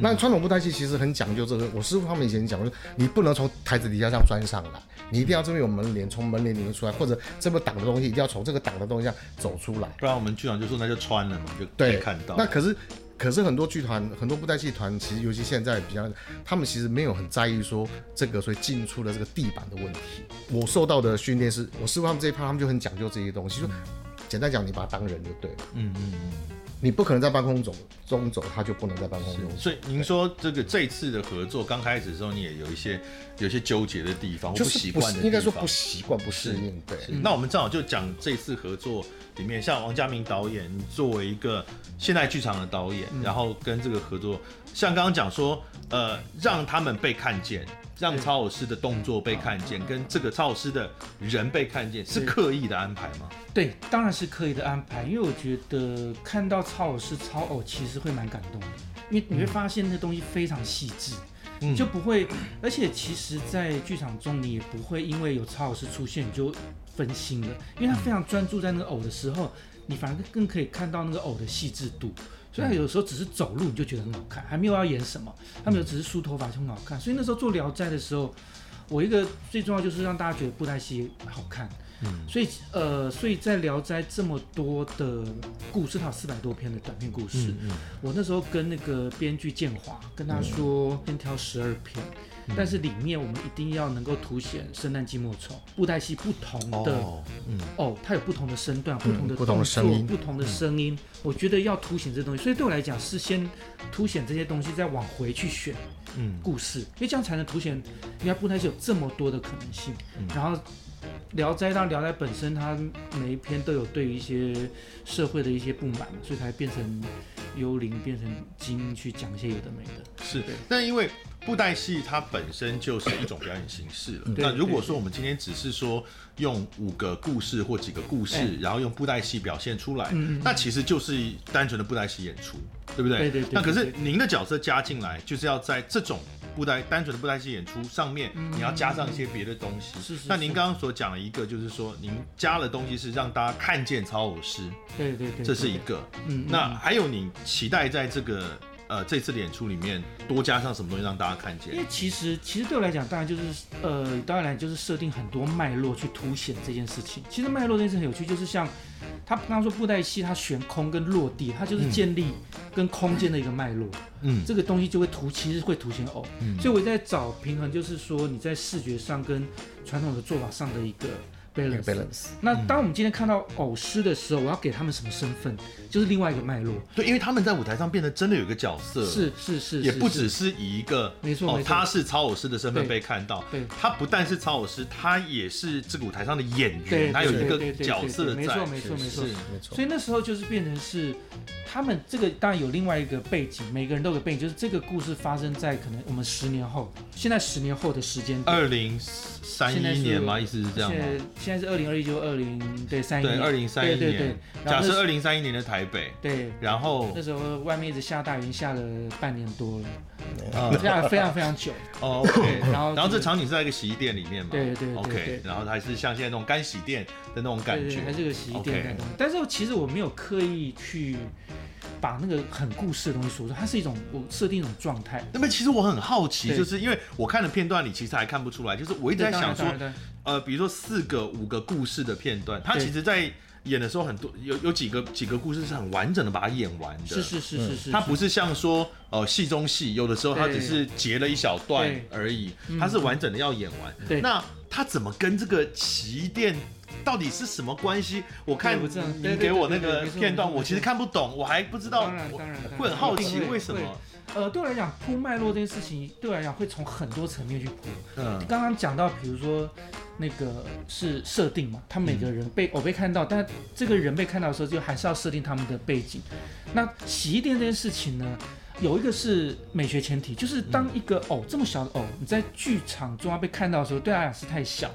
[SPEAKER 4] 那传统布袋戏其实很讲究这个，我师傅他们以前讲过，就是你不能从台子底下这样钻上来，你一定要这边有门帘，从门帘里面出来，或者这边挡的东西一定要从这个挡的东西上走出来。
[SPEAKER 2] 不然我们剧场就说那就穿了嘛，就可以
[SPEAKER 4] 对，
[SPEAKER 2] 看到。
[SPEAKER 4] 那可是可是很多剧团、很多布袋戏团，其实尤其现在比较，他们其实没有很在意说这个所以进出的这个地板的问题。我受到的训练嗯是，我师傅他们这一派，他们就很讲究这些东西，就简单讲，你把它当人就对了。
[SPEAKER 2] 嗯嗯嗯，
[SPEAKER 4] 你不可能在半空走中走，他就不能在半空中走。
[SPEAKER 2] 所以您说这个这次的合作刚开始的时候，你也有一些有一些纠结的地方，或
[SPEAKER 4] 就
[SPEAKER 2] 不
[SPEAKER 4] 是
[SPEAKER 2] 习
[SPEAKER 4] 不
[SPEAKER 2] 惯
[SPEAKER 4] 是
[SPEAKER 2] 的地方。
[SPEAKER 4] 应该说不习惯、不适应，对。
[SPEAKER 2] 是那我们正好就讲这次合作里面，像王家明导演，你作为一个现代剧场的导演，然后跟这个合作，像刚刚讲说，呃，让他们被看见，让超老师的动作被看见，跟这个超老师的人被看见，是刻意的安排吗？
[SPEAKER 3] 对，当然是刻意的安排，因为我觉得看到超偶是超偶，其实会蛮感动的，因为你会发现那东西非常细致，
[SPEAKER 2] 嗯
[SPEAKER 3] 就不会，而且其实，在剧场中你也不会因为有超偶师出现你就分心了，因为他非常专注在那个偶的时候，你反而更可以看到那个偶的细致度。所以他有时候只是走路你就觉得很好看，还没有要演什么，他们有只是梳头发就很好看。所以那时候做《聊斋》的时候，我一个最重要就是让大家觉得布袋戏好看。所以呃，所以在《聊斋》这么多的故事，它有四百多篇的短篇故事，我那时候跟那个编剧建华跟他说，先挑十二篇。但是里面我们一定要能够凸显圣诞寂寞丑布袋戏不同的
[SPEAKER 2] 哦，嗯，
[SPEAKER 3] 哦，它有不同的身段、不同的
[SPEAKER 4] 嗯不同
[SPEAKER 3] 动
[SPEAKER 4] 的声
[SPEAKER 3] 作
[SPEAKER 4] 音嗯
[SPEAKER 3] 不同的声音。我觉得要凸显这东西，所以对我来讲是先凸显这些东西，再往回去选
[SPEAKER 2] 嗯
[SPEAKER 3] 故事，因为这样才能凸显原来布袋戏有这么多的可能性。
[SPEAKER 4] 嗯
[SPEAKER 3] 然后《聊斋》让《聊斋》本身它每一篇都有对于一些社会的一些不满嘛，所以才变成幽灵，变成精英去讲一些有的没的。
[SPEAKER 2] 是
[SPEAKER 3] 对。
[SPEAKER 2] 那因为布袋戏它本身就是一种表演形式了。
[SPEAKER 3] 嗯对
[SPEAKER 2] 那如果说我们今天只是说用五个故事或几个故事，
[SPEAKER 3] 哎
[SPEAKER 2] 然后用布袋戏表现出来
[SPEAKER 3] 嗯嗯嗯，
[SPEAKER 2] 那其实就是单纯的布袋戏演出，对不对？
[SPEAKER 3] 对对对
[SPEAKER 2] 那可是
[SPEAKER 3] 对
[SPEAKER 2] 您的角色加进来，就是要在这种布袋单纯的布袋戏演出上面，你要加上一些别的东西。
[SPEAKER 3] 嗯是是
[SPEAKER 2] 那您
[SPEAKER 3] 是
[SPEAKER 2] 刚刚所讲的一个，就是说您加了东西是让大家看见超偶师，
[SPEAKER 3] 对对对，
[SPEAKER 2] 这是
[SPEAKER 3] 对
[SPEAKER 2] 一个。
[SPEAKER 3] 嗯，
[SPEAKER 2] 那还有你期待在这个呃这次的演出里面多加上什么东西让大家看
[SPEAKER 3] 因为
[SPEAKER 2] 见？
[SPEAKER 3] 其实其实对我来讲，当然就是呃，当然就是设定很多脉络去凸显这件事情。其实脉络这件事很有趣，就是像他刚刚说布袋戏，它悬空跟落地，它就是建立跟空间的一个脉络，
[SPEAKER 2] 嗯，
[SPEAKER 3] 这个东西就会凸，其实会凸显偶。所以我在找平衡，就是说你在视觉上跟传统的做法上的一个 balance。
[SPEAKER 4] balance，
[SPEAKER 3] 那当我们今天看到偶师的时候，我要给他们什么身份，就是另外一个脉络。
[SPEAKER 2] 对，因为他们在舞台上变得真的有一个角色，
[SPEAKER 3] 是是是，
[SPEAKER 2] 也
[SPEAKER 3] 是
[SPEAKER 2] 不
[SPEAKER 3] 是
[SPEAKER 2] 只是以一个
[SPEAKER 3] 没错
[SPEAKER 2] 哦
[SPEAKER 3] 没，错
[SPEAKER 2] 他是超偶师的身份被看到，
[SPEAKER 3] 对
[SPEAKER 2] 他不但是超偶师，他也是这个舞台上的演
[SPEAKER 3] 对，
[SPEAKER 2] 员，他有一
[SPEAKER 3] 对对
[SPEAKER 2] 个
[SPEAKER 3] 对
[SPEAKER 2] 角
[SPEAKER 3] 对
[SPEAKER 2] 色
[SPEAKER 3] 对
[SPEAKER 2] 在，
[SPEAKER 3] 没错没错没
[SPEAKER 2] 是。
[SPEAKER 3] 错
[SPEAKER 4] 没错
[SPEAKER 3] 所。以那时候就是变成是，他们这个当然有另外一个背景，每个人都有个背景，就是这个故事发生在可能我们十年后，现在十年后的时间点，
[SPEAKER 2] 二零三
[SPEAKER 3] 现在
[SPEAKER 2] 一
[SPEAKER 3] 是
[SPEAKER 2] 年吗？意思是这样
[SPEAKER 3] 现
[SPEAKER 2] 吗？
[SPEAKER 3] 在现在是二零二一就二零对三一
[SPEAKER 2] 对，
[SPEAKER 3] 年，
[SPEAKER 2] 二零三一
[SPEAKER 3] 对对
[SPEAKER 2] 年
[SPEAKER 3] 对，
[SPEAKER 2] 假
[SPEAKER 3] 然后那
[SPEAKER 2] 设
[SPEAKER 3] 时
[SPEAKER 2] 二零三一年的台北，
[SPEAKER 3] 对。
[SPEAKER 2] 然后
[SPEAKER 3] 那时候外面一直下大雨，已经下了半年多了，
[SPEAKER 2] 啊
[SPEAKER 3] 下了非常非常 久。
[SPEAKER 2] 哦，OK，
[SPEAKER 3] 然后
[SPEAKER 2] 然后这
[SPEAKER 3] 就是
[SPEAKER 2] 场景是在一个洗衣店里面嘛？
[SPEAKER 3] 对对对
[SPEAKER 2] o
[SPEAKER 3] 对
[SPEAKER 2] k 然后它还是像现在那种干洗店的那种感
[SPEAKER 3] 对
[SPEAKER 2] 觉
[SPEAKER 3] 对，，还是个洗衣
[SPEAKER 2] OK
[SPEAKER 3] 店那种。但是其实我没有刻意去把那个很故事的东西说出来，它是一种我设定一种状态。
[SPEAKER 2] 那么其实我很好奇，
[SPEAKER 3] 对
[SPEAKER 2] 就是因为我看的片段里其实还看不出来，就是我一直在
[SPEAKER 3] 对当
[SPEAKER 2] 想
[SPEAKER 3] 然
[SPEAKER 2] 说
[SPEAKER 3] 当，然当然
[SPEAKER 2] 呃，比如说四个、五个故事的片段，它
[SPEAKER 3] 对
[SPEAKER 2] 其实在演的时候很多有有几个几个故事是很完整的把它演完的，
[SPEAKER 3] 是是是是是，
[SPEAKER 2] 它不是像说呃戏中戏，有的时候它
[SPEAKER 3] 对
[SPEAKER 2] 只是截了一小段
[SPEAKER 3] 对嗯
[SPEAKER 2] 而已，它是完整的要演完。
[SPEAKER 3] 对
[SPEAKER 2] 那它怎么跟这个起店到底是什么关系？我看
[SPEAKER 3] 对我知道对
[SPEAKER 2] 你
[SPEAKER 3] 对
[SPEAKER 2] 给我那
[SPEAKER 3] 对对
[SPEAKER 2] 个
[SPEAKER 3] 没错
[SPEAKER 2] 片段，
[SPEAKER 3] 没错
[SPEAKER 2] 我其实
[SPEAKER 3] 没错
[SPEAKER 2] 看不懂，我还不知道
[SPEAKER 3] 当然，
[SPEAKER 2] 我
[SPEAKER 3] 当然当然
[SPEAKER 2] 会很好
[SPEAKER 3] 一
[SPEAKER 2] 奇
[SPEAKER 3] 定会
[SPEAKER 2] 为什么。
[SPEAKER 3] 呃，对我来讲，铺脉络这件事情，对我来讲会从很多层面去铺。
[SPEAKER 2] 嗯
[SPEAKER 3] 刚刚讲到，比如说那个是设定嘛，他每个人被我被看到，但这个人被看到的时候，就还是要设定他们的背景。那洗衣店这件事情呢，有一个是美学前提，就是当一个偶这么小的偶，你在剧场中要被看到的时候，对他来讲是太小，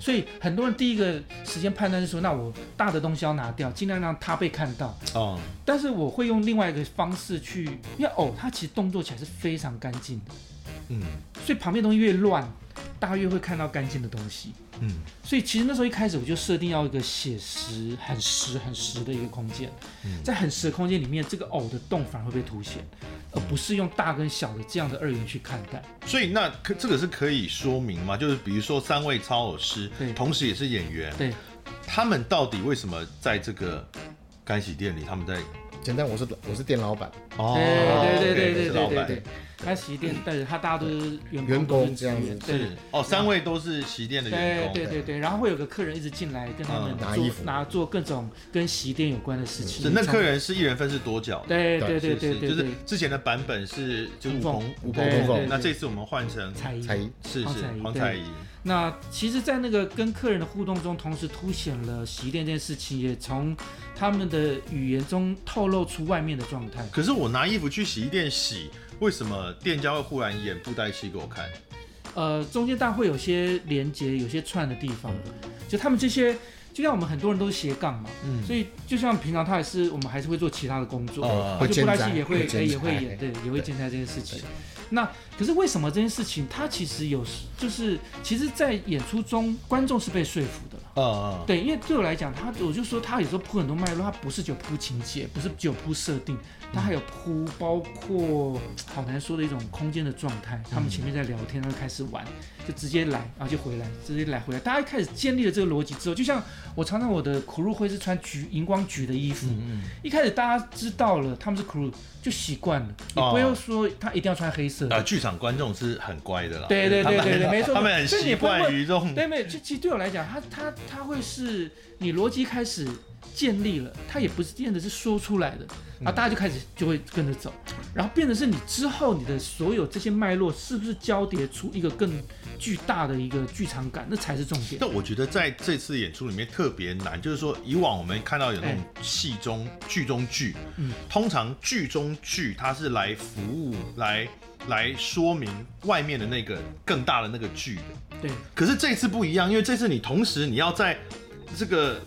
[SPEAKER 3] 所以很多人第一个时间判断是说，那我大的东西要拿掉，尽量让他被看到。
[SPEAKER 2] 哦，
[SPEAKER 3] 但是我会用另外一个方式去，因为偶它其实动作起来是非常干净的，
[SPEAKER 2] 嗯
[SPEAKER 3] 所以旁边东西越乱，大家越会看到干净的东西。
[SPEAKER 2] 嗯，
[SPEAKER 3] 所以其实那时候一开始我就设定要一个写实、很实、很实的一个空间，
[SPEAKER 2] 嗯
[SPEAKER 3] 在很实的空间里面，这个偶的动反而会被凸显，而不是用大跟小的这样的二元去看待。
[SPEAKER 2] 所以那可这个是可以说明吗？就是比如说三位超偶师
[SPEAKER 3] 对，
[SPEAKER 2] 同时也是演员，
[SPEAKER 3] 对，
[SPEAKER 2] 他们到底为什么在这个干洗店里，他们在
[SPEAKER 4] 简单，我是我是店老板，
[SPEAKER 2] 哦
[SPEAKER 3] 对对对
[SPEAKER 2] ，OK，
[SPEAKER 3] 对对
[SPEAKER 2] 是
[SPEAKER 3] 对
[SPEAKER 2] 老
[SPEAKER 3] 对
[SPEAKER 2] 板
[SPEAKER 3] 对。他洗衣店带着他大家都是员
[SPEAKER 4] 员
[SPEAKER 3] 工
[SPEAKER 4] 工这样子
[SPEAKER 3] 对
[SPEAKER 2] 是哦，三位都是洗衣店的员
[SPEAKER 3] 对
[SPEAKER 2] 工，
[SPEAKER 3] 对对对，然后会有个客人一直进来跟他们
[SPEAKER 2] 嗯
[SPEAKER 4] 拿
[SPEAKER 3] 做
[SPEAKER 4] 衣服
[SPEAKER 3] 拿做各种跟洗衣店有关的事情。
[SPEAKER 2] 是那客人是一人分饰多角的。
[SPEAKER 3] 对对对
[SPEAKER 2] 是
[SPEAKER 3] 对
[SPEAKER 2] 是
[SPEAKER 3] 对
[SPEAKER 2] 就是
[SPEAKER 3] 对，
[SPEAKER 2] 之前的版本是就是
[SPEAKER 3] 无
[SPEAKER 2] 五
[SPEAKER 3] 缝
[SPEAKER 2] 鹏五
[SPEAKER 4] 对
[SPEAKER 2] 鹏
[SPEAKER 4] 对对
[SPEAKER 2] 那这次我们换成
[SPEAKER 3] 才艺
[SPEAKER 4] 才艺
[SPEAKER 2] 是
[SPEAKER 3] 黄
[SPEAKER 2] 是
[SPEAKER 3] 彩仪
[SPEAKER 2] 黄
[SPEAKER 3] 对
[SPEAKER 2] 彩仪，
[SPEAKER 3] 那其实，在那个跟客人的互动中，同时凸显了洗衣店这件事情，也从他们的语言中透露出外面的状态。
[SPEAKER 2] 可是我拿衣服去洗衣店洗，为什么店家会忽然演布袋戏给我看？
[SPEAKER 3] 呃，中间但会有些连接，有些串的地方，就他们这些，就像我们很多人都是斜杠嘛，
[SPEAKER 2] 嗯
[SPEAKER 3] 所以就像平常他也是，我们还是会做其他的工作，
[SPEAKER 2] 哦
[SPEAKER 3] 我就布袋
[SPEAKER 4] 会兼
[SPEAKER 3] 戏
[SPEAKER 4] 差
[SPEAKER 3] 也
[SPEAKER 4] 会
[SPEAKER 3] 会
[SPEAKER 4] 兼
[SPEAKER 3] 哎
[SPEAKER 4] 差
[SPEAKER 3] 也会演，对，也会兼差这件事情。那可是为什么这件事情，它其实有时就是，其实，在演出中，观众是被说服的了。
[SPEAKER 2] 嗯
[SPEAKER 3] 对，因为对我来讲，他我就说他有时候铺很多脉络，他不是只有铺情节，不是只有铺设定，他还有铺包括好难说的一种空间的状态。他
[SPEAKER 2] 嗯
[SPEAKER 3] 们前面在聊天，他就开始玩，就直接来，然后就回来，直接来回来。大家开始建立了这个逻辑之后，就像我常常我的 crew 会是穿橘荧光橘的衣服，
[SPEAKER 2] 嗯
[SPEAKER 3] 一开始大家知道了他们是 crew 就习惯了，也不
[SPEAKER 2] 哦
[SPEAKER 3] 会说他一定要穿黑色
[SPEAKER 2] 嗯，
[SPEAKER 3] 的。
[SPEAKER 2] 啊，剧场观众是很乖的啦，
[SPEAKER 3] 对对对对对，没错，
[SPEAKER 2] 他们很
[SPEAKER 3] 所以你
[SPEAKER 2] 习
[SPEAKER 3] 不会问
[SPEAKER 2] 惯于这种
[SPEAKER 3] 对，没有，就其实对我来讲，他他他会是你逻辑开始建立了，他也不是变得是说出来的，
[SPEAKER 2] 嗯
[SPEAKER 3] 然后大家就开始就会跟着走，然后变得是你之后你的所有这些脉络是不是交叠出一个更巨大的一个剧场感，那才是重点。
[SPEAKER 2] 但我觉得在这次演出里面特别难，就是说以往我们看到有那种戏中剧中剧，
[SPEAKER 3] 哎嗯
[SPEAKER 2] 通常剧中剧它是来服务来来说明外面的那个更大的那个剧的，
[SPEAKER 3] 对
[SPEAKER 2] 可是这次不一样，因为这次你同时你要在这个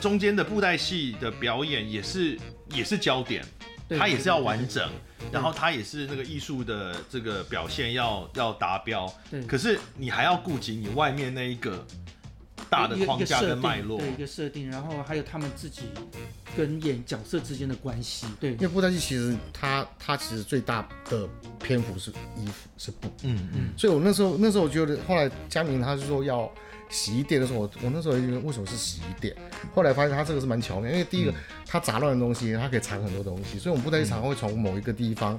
[SPEAKER 2] 中间的布袋戏的表演也是也是焦点，
[SPEAKER 3] 对，
[SPEAKER 2] 它也是要
[SPEAKER 3] 对
[SPEAKER 2] 完。整，然后它也是那个艺术的这个表现要要达标，
[SPEAKER 3] 对，对
[SPEAKER 2] 可是你还要顾及你外面那一个大的
[SPEAKER 3] 一个
[SPEAKER 2] 框架跟脉
[SPEAKER 3] 一
[SPEAKER 2] 络
[SPEAKER 3] 个设定，对一个设定，然后还有他们自己跟演角色之间的关系，对
[SPEAKER 4] 因为布袋戏其实它它其实最大的篇幅是衣服是布，
[SPEAKER 2] 嗯嗯，
[SPEAKER 4] 所以我那时候那时候我觉得，后来佳明他是说要洗衣店的时候，我我那时候也觉得为什么是洗衣店？后来发现他这个是蛮巧妙，因为第一个、他杂乱的东西，他可以藏很多东西，所以我们布袋戏常常会从某一个地方，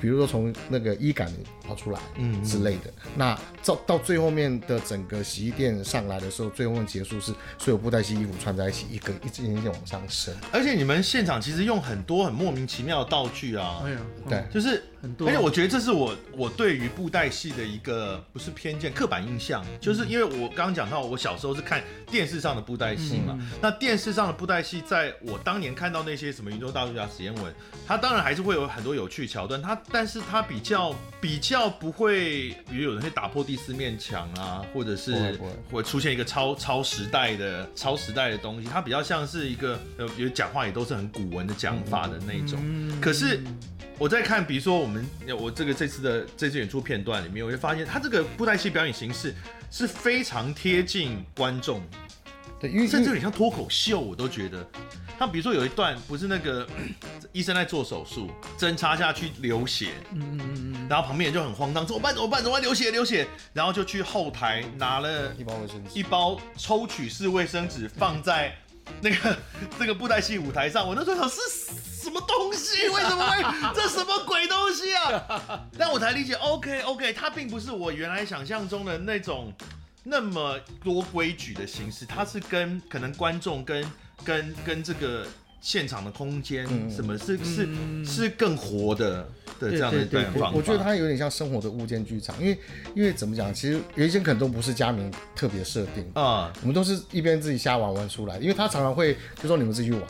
[SPEAKER 4] 比如说从那个衣杆里跑出来，嗯之类的。那到到最后面的整个洗衣店上来的时候，最后面结束是所有布袋戏衣服串在一起，一个一件一件往上升。
[SPEAKER 2] 而且你们现场其实用很多很莫名其妙的道具啊
[SPEAKER 3] 哎，呀，
[SPEAKER 4] 对
[SPEAKER 3] 嗯
[SPEAKER 2] 就是
[SPEAKER 3] 很多
[SPEAKER 2] 而且我觉得这是我我对于布袋戏的一个不是偏见刻板印象，
[SPEAKER 3] 嗯
[SPEAKER 2] 就是因为我刚刚讲到我小时候是看电视上的布袋戏嘛，
[SPEAKER 3] 嗯
[SPEAKER 2] 那电视上的布袋戏，在我当年看到那些什么《云州大作家》史艳文，它当然还是会有很多有趣桥段，它但是它比较比较不会，比如有人会打破第四面墙啊，或者
[SPEAKER 4] 不会
[SPEAKER 2] 是
[SPEAKER 4] 不会
[SPEAKER 2] 会出现一个超超时代的超时代的东西，它比较像是一个呃，有讲话也都是很古文的讲法的那种，
[SPEAKER 3] 嗯
[SPEAKER 2] 可是我在看，比如说我们我这个这次的这次演出片段里面，我就发现他这个布袋戏表演形式是非常贴近观众，
[SPEAKER 4] 对，因
[SPEAKER 3] 嗯
[SPEAKER 4] 为
[SPEAKER 2] 甚至
[SPEAKER 4] 因
[SPEAKER 2] 有
[SPEAKER 4] 为
[SPEAKER 2] 点像脱口秀，我都觉得。他比如说有一段不是那个 医生在做手术，针插下去流血，
[SPEAKER 3] 嗯嗯嗯嗯，
[SPEAKER 2] 然后旁边人就很慌张，怎么办？怎么办？怎么办？流血流血，然后就去后台拿了
[SPEAKER 4] 一包卫生纸
[SPEAKER 2] 一包抽取式卫生纸放在那个 这个布袋戏舞台上，我那时候想是什么东西？为什么会 这什么鬼东西啊？但我才理解，OK OK，它并不是我原来想象中的那种那么多规矩的形式，它是跟可能观众跟跟跟这个。现场的空间，
[SPEAKER 4] 嗯
[SPEAKER 2] 什么是是
[SPEAKER 3] 嗯
[SPEAKER 2] 是更活的的
[SPEAKER 3] 对
[SPEAKER 2] 这样的
[SPEAKER 3] 对对
[SPEAKER 2] 表演
[SPEAKER 4] 我
[SPEAKER 2] 方法？
[SPEAKER 4] 我觉得它有点像生活的物件剧场，因为因为怎么讲，其实原先可能都不是佳明特别设定，
[SPEAKER 2] 啊，
[SPEAKER 4] 我们都是一边自己瞎玩玩出来，因为他常常会就说你们自己去玩，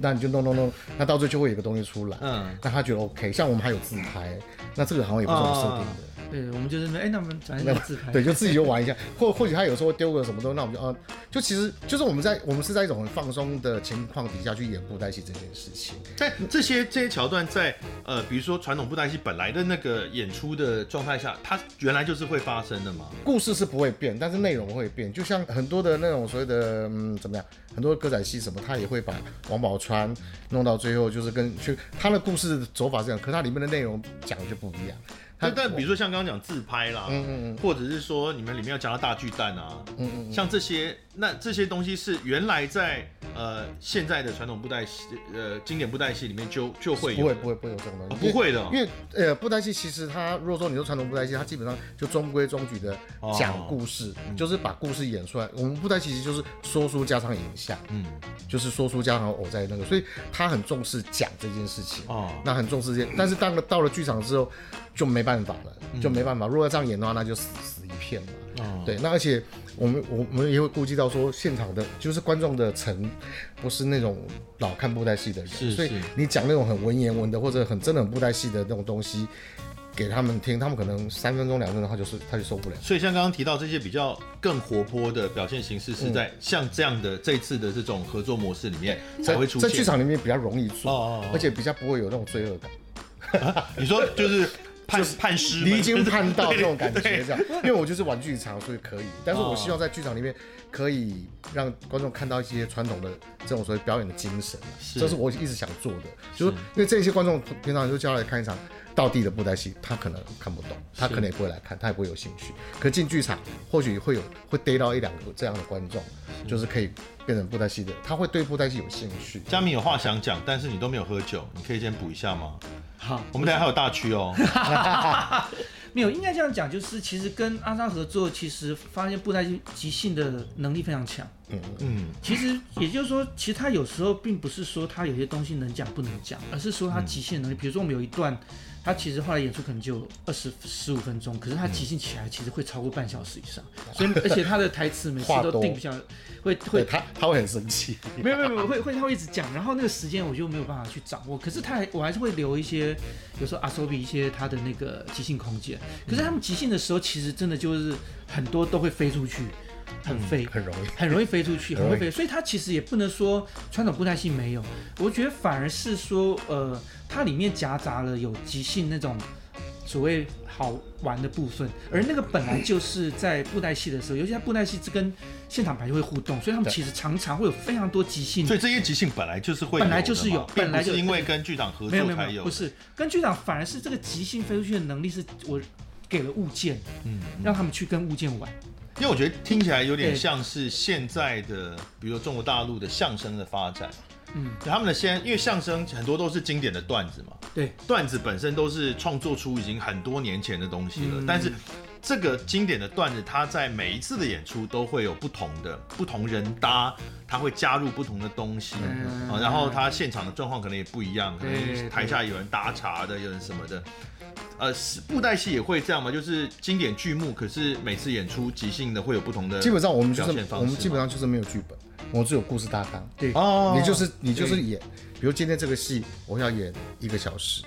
[SPEAKER 4] 那你就弄弄弄，那到最后就会有一个东西出来，
[SPEAKER 2] 嗯，
[SPEAKER 4] 那他觉得 OK，像我们还有自拍，那这个好像也不是我们设定
[SPEAKER 2] 啊
[SPEAKER 4] 的。
[SPEAKER 3] 对，我们就是那边哎，那我们转一
[SPEAKER 4] 那
[SPEAKER 3] 下自拍，
[SPEAKER 4] 对，就自己就玩一下，或或许他有时候会丢个什么东西，那我们就啊，就其实就是我们在我们是在一种很放松的情况底下去演布袋戏这件事情。
[SPEAKER 2] 在这些这些桥段在呃，比如说传统布袋戏本来的那个演出的状态下，它原来就是会发生的嘛。
[SPEAKER 4] 故事是不会变，但是内容会变。就像很多的那种所谓的嗯怎么样，很多歌仔戏什么，他也会把王宝钏弄到最后，就是跟去他的故事走法是这样，可是它里面的内容讲的就不一样。它
[SPEAKER 2] 但但比如说像刚刚讲自拍啦，
[SPEAKER 4] 嗯嗯
[SPEAKER 2] 或者是说你们里面要讲到大巨蛋啊，
[SPEAKER 4] 嗯嗯嗯，
[SPEAKER 2] 像这些那这些东西是原来在呃现在的传统布袋戏呃经典布袋戏里面就就会
[SPEAKER 4] 不
[SPEAKER 2] 有
[SPEAKER 4] 会不会不会有这种东
[SPEAKER 2] 哦
[SPEAKER 4] 西，
[SPEAKER 2] 不会的哦
[SPEAKER 4] 因为因为呃布袋戏其实它如果说你说传统布袋戏，它基本上就中规中矩的讲故事，
[SPEAKER 2] 哦
[SPEAKER 4] 就是把故事演出来。我们布袋戏其实就是说书加上影像，
[SPEAKER 2] 嗯
[SPEAKER 4] 就是说书加上偶在那个，所以他很重视讲这件事情。
[SPEAKER 2] 哦
[SPEAKER 4] 那很重视这，但是当了到了剧场之后，就没办法了，就没办法。如果要这样演的话，那就死死一片嘛。
[SPEAKER 2] 哦
[SPEAKER 4] 对，那而且我们我我们也会顾及到说现场的，就是观众的层，不是那种老看布袋戏的人，
[SPEAKER 2] 是
[SPEAKER 4] 所以
[SPEAKER 2] 是
[SPEAKER 4] 你讲那种很文言文的或者很真的很布袋戏的那种东西给他们听，他们可能三分钟两分钟他就是他就受不了。
[SPEAKER 2] 所以像刚刚提到这些比较更活泼的表现形式，是在像这样的这次的这种合作模式里面才会出
[SPEAKER 4] 在
[SPEAKER 2] 现。
[SPEAKER 4] 剧场里面比较容易做，
[SPEAKER 2] 哦哦哦
[SPEAKER 4] 而且比较不会有那种罪恶感。
[SPEAKER 2] 你说 就是判判师们，
[SPEAKER 4] 离经叛道这种感觉，
[SPEAKER 2] 对
[SPEAKER 4] 这样，因为我就是玩剧场，所以可以。但是我希望在剧场里面可以让观众看到一些传统的这种所谓表演的精神，啊
[SPEAKER 2] 是
[SPEAKER 4] 这是我一直想做的。就是因为这些观众平常就叫来看一场道地的布袋戏，他可能看不懂，他可能也不会来看，他也不会有兴趣。可进剧场或许会有会逮到一两个这样的观众，就是可以变成布袋戏的，他会对布袋戏有兴趣。
[SPEAKER 2] 佳明有话想讲，但是你都没有喝酒，你可以先补一下吗？
[SPEAKER 3] 好，
[SPEAKER 2] 我们等一下还有大区 哦，
[SPEAKER 3] 没有，应该这样讲，就是其实跟阿张合作，其实发现布袋戏即兴的能力非常强。
[SPEAKER 2] 嗯，
[SPEAKER 3] 其实也就是说，其实他有时候并不是说他有些东西能讲不能讲，而是说他即兴的能
[SPEAKER 4] 嗯
[SPEAKER 3] 力。比如说我们有一段，他其实后来演出可能就二十十五分钟，可是
[SPEAKER 4] 嗯
[SPEAKER 3] 他即兴起来其实会超过半小时以上，所以而且他的台词每次
[SPEAKER 4] 话
[SPEAKER 3] 都
[SPEAKER 4] 多
[SPEAKER 3] 定不下来，会
[SPEAKER 4] 对
[SPEAKER 3] 会
[SPEAKER 4] 他，他会很生气。
[SPEAKER 3] 没有没有没有会会他会一直讲，然后那个时间我就没有办法去掌握。可是他还我还是会留一些，有时候阿索比一些他的那个即兴空间。可是他们即兴的时候，其实真的就是很多都会飞出去，很飞，
[SPEAKER 4] 很容易
[SPEAKER 3] 很容易飞出去，
[SPEAKER 4] 很
[SPEAKER 3] 很
[SPEAKER 4] 容易
[SPEAKER 3] 会飞。所以他其实也不能说传统布袋戏没有，我觉得反而是说，呃，它里面夹杂了有即兴那种。所谓好玩的部分，而那个本来就是在布袋戏的时候，尤其在布袋戏是跟现场排就会互动，所以他们
[SPEAKER 4] 对
[SPEAKER 3] 其实常常会有非常多即兴
[SPEAKER 2] 所以这些即兴本来就是会有的嘛，
[SPEAKER 3] 本来就是有
[SPEAKER 2] 并
[SPEAKER 3] 本来
[SPEAKER 2] 不
[SPEAKER 3] 就是有
[SPEAKER 2] 因为跟剧场合
[SPEAKER 3] 没有没
[SPEAKER 2] 作
[SPEAKER 3] 有
[SPEAKER 2] 才
[SPEAKER 3] 没有，不是跟局长，反而是这个即兴飞出去的能力是我给了物件，
[SPEAKER 2] 嗯，
[SPEAKER 3] 让他们去跟物件玩。
[SPEAKER 2] 因为我觉得听起来有点
[SPEAKER 3] 对
[SPEAKER 2] 像是现在的，比如说中国大陆的相声的发展，
[SPEAKER 3] 嗯，
[SPEAKER 2] 他们的先，因为相声很多都是经典的段子嘛，
[SPEAKER 3] 对，
[SPEAKER 2] 段子本身都是创作出已经很多年前的东西了，
[SPEAKER 3] 嗯
[SPEAKER 2] 但是这个经典的段子，它在每一次的演出都会有不同的不同人搭，它会加入不同的东西，
[SPEAKER 3] 嗯
[SPEAKER 2] 啊，然后它现场的状况可能也不一样，可能
[SPEAKER 3] 对
[SPEAKER 2] 台下有人打岔的，有人什么的。呃，是布袋戏也会这样吗？就是经典剧目，可是每次演出即兴的会有不同的
[SPEAKER 4] 基本上我们就
[SPEAKER 2] 表
[SPEAKER 4] 是
[SPEAKER 2] 现方
[SPEAKER 4] 我
[SPEAKER 2] 式
[SPEAKER 4] 们基本上就是没有剧本，我们只有故事大纲。
[SPEAKER 3] 对
[SPEAKER 2] 哦，
[SPEAKER 4] 你就是你就是演，比如今天这个戏我要演一个小时，